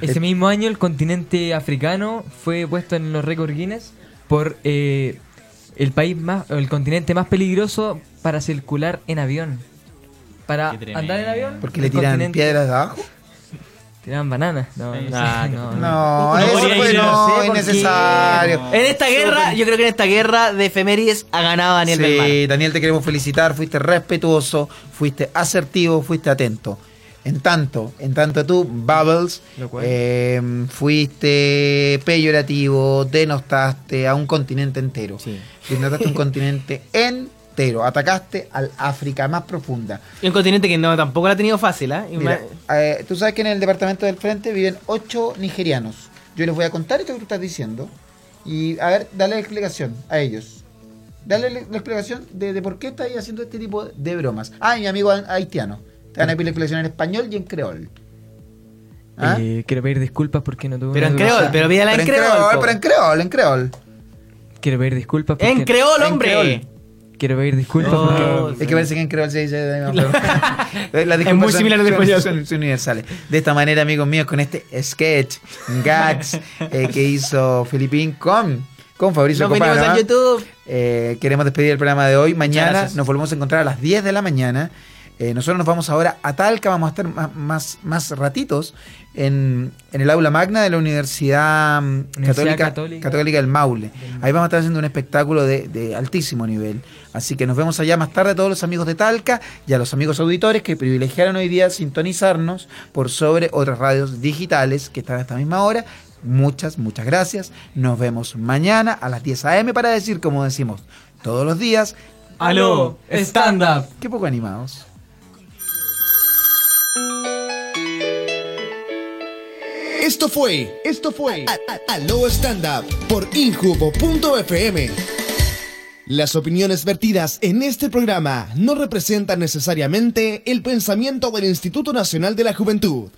Ese mismo año el continente africano fue puesto en los récords Guinness por eh, el país más, el continente más peligroso para circular en avión. Para Qué tremendo. andar en avión. Porque le el tiran continente- piedras de abajo. Tiraban bananas. No, no, Ah, no, no. No, No eso podría fue ir, no, no sé por qué, innecesario. no. En esta guerra, yo creo que en esta guerra de efemérides ha ganado Daniel sí, Belmar. Daniel, te queremos felicitar. Fuiste respetuoso, fuiste asertivo, fuiste atento. En tanto, en tanto tú, Bubbles, Lo cual. eh, fuiste peyorativo, denostaste a un continente entero. Sí. Denostaste un continente entero. Atacaste al África más profunda. Y un continente que no tampoco la ha tenido fácil, ¿ah? Y Mira, ma- eh, tú sabes que en el departamento del frente viven ocho nigerianos. Yo les voy a contar esto que tú estás diciendo. Y a ver, dale la explicación a ellos. Dale la la explicación de, de por qué estáis haciendo este tipo de bromas. Ah, y mi amigo haitiano. Te van a pedir la explicación en español y en creol. ¿Ah? Eh, quiero pedir disculpas porque no tuve Pero una en educación- creol, pero pídala en creol. po. Pero en creol, en creol. Quiero pedir disculpas porque En creol, En hombre. creol. Quiero pedir disculpas No. porque... Es que parece que en creol se dice de la misma forma. Las disculpas muy son- similar al son- español. son- son universales. De esta manera, amigos míos, con este sketch, gags, eh, que hizo Filipín con, con Fabricio Nos venimos Copano, a ¿ah? YouTube. Eh, queremos despedir el programa de hoy. Mañana gracias. nos volvemos a encontrar a las 10 de la mañana. Eh, nosotros nos vamos ahora a Talca, vamos a estar ma- más, más, ratitos en, en el aula magna de la Universidad, mm, Universidad Católica, Católica. Católica del Maule. Ahí vamos a estar haciendo un espectáculo de, de altísimo nivel. Así que nos vemos allá más tarde, todos los amigos de Talca y a los amigos auditores que privilegiaron hoy día sintonizarnos por sobre otras radios digitales que están a esta misma hora. Muchas, muchas gracias. Nos vemos mañana a las 10 a.m. para decir, como decimos todos los días, "Ah, Aló, stand up. qué poco animados. Esto fue, esto fue A- A- Aló Stand Up por Injubo.fm. Las opiniones vertidas en este programa no representan necesariamente el pensamiento del Instituto Nacional de la Juventud.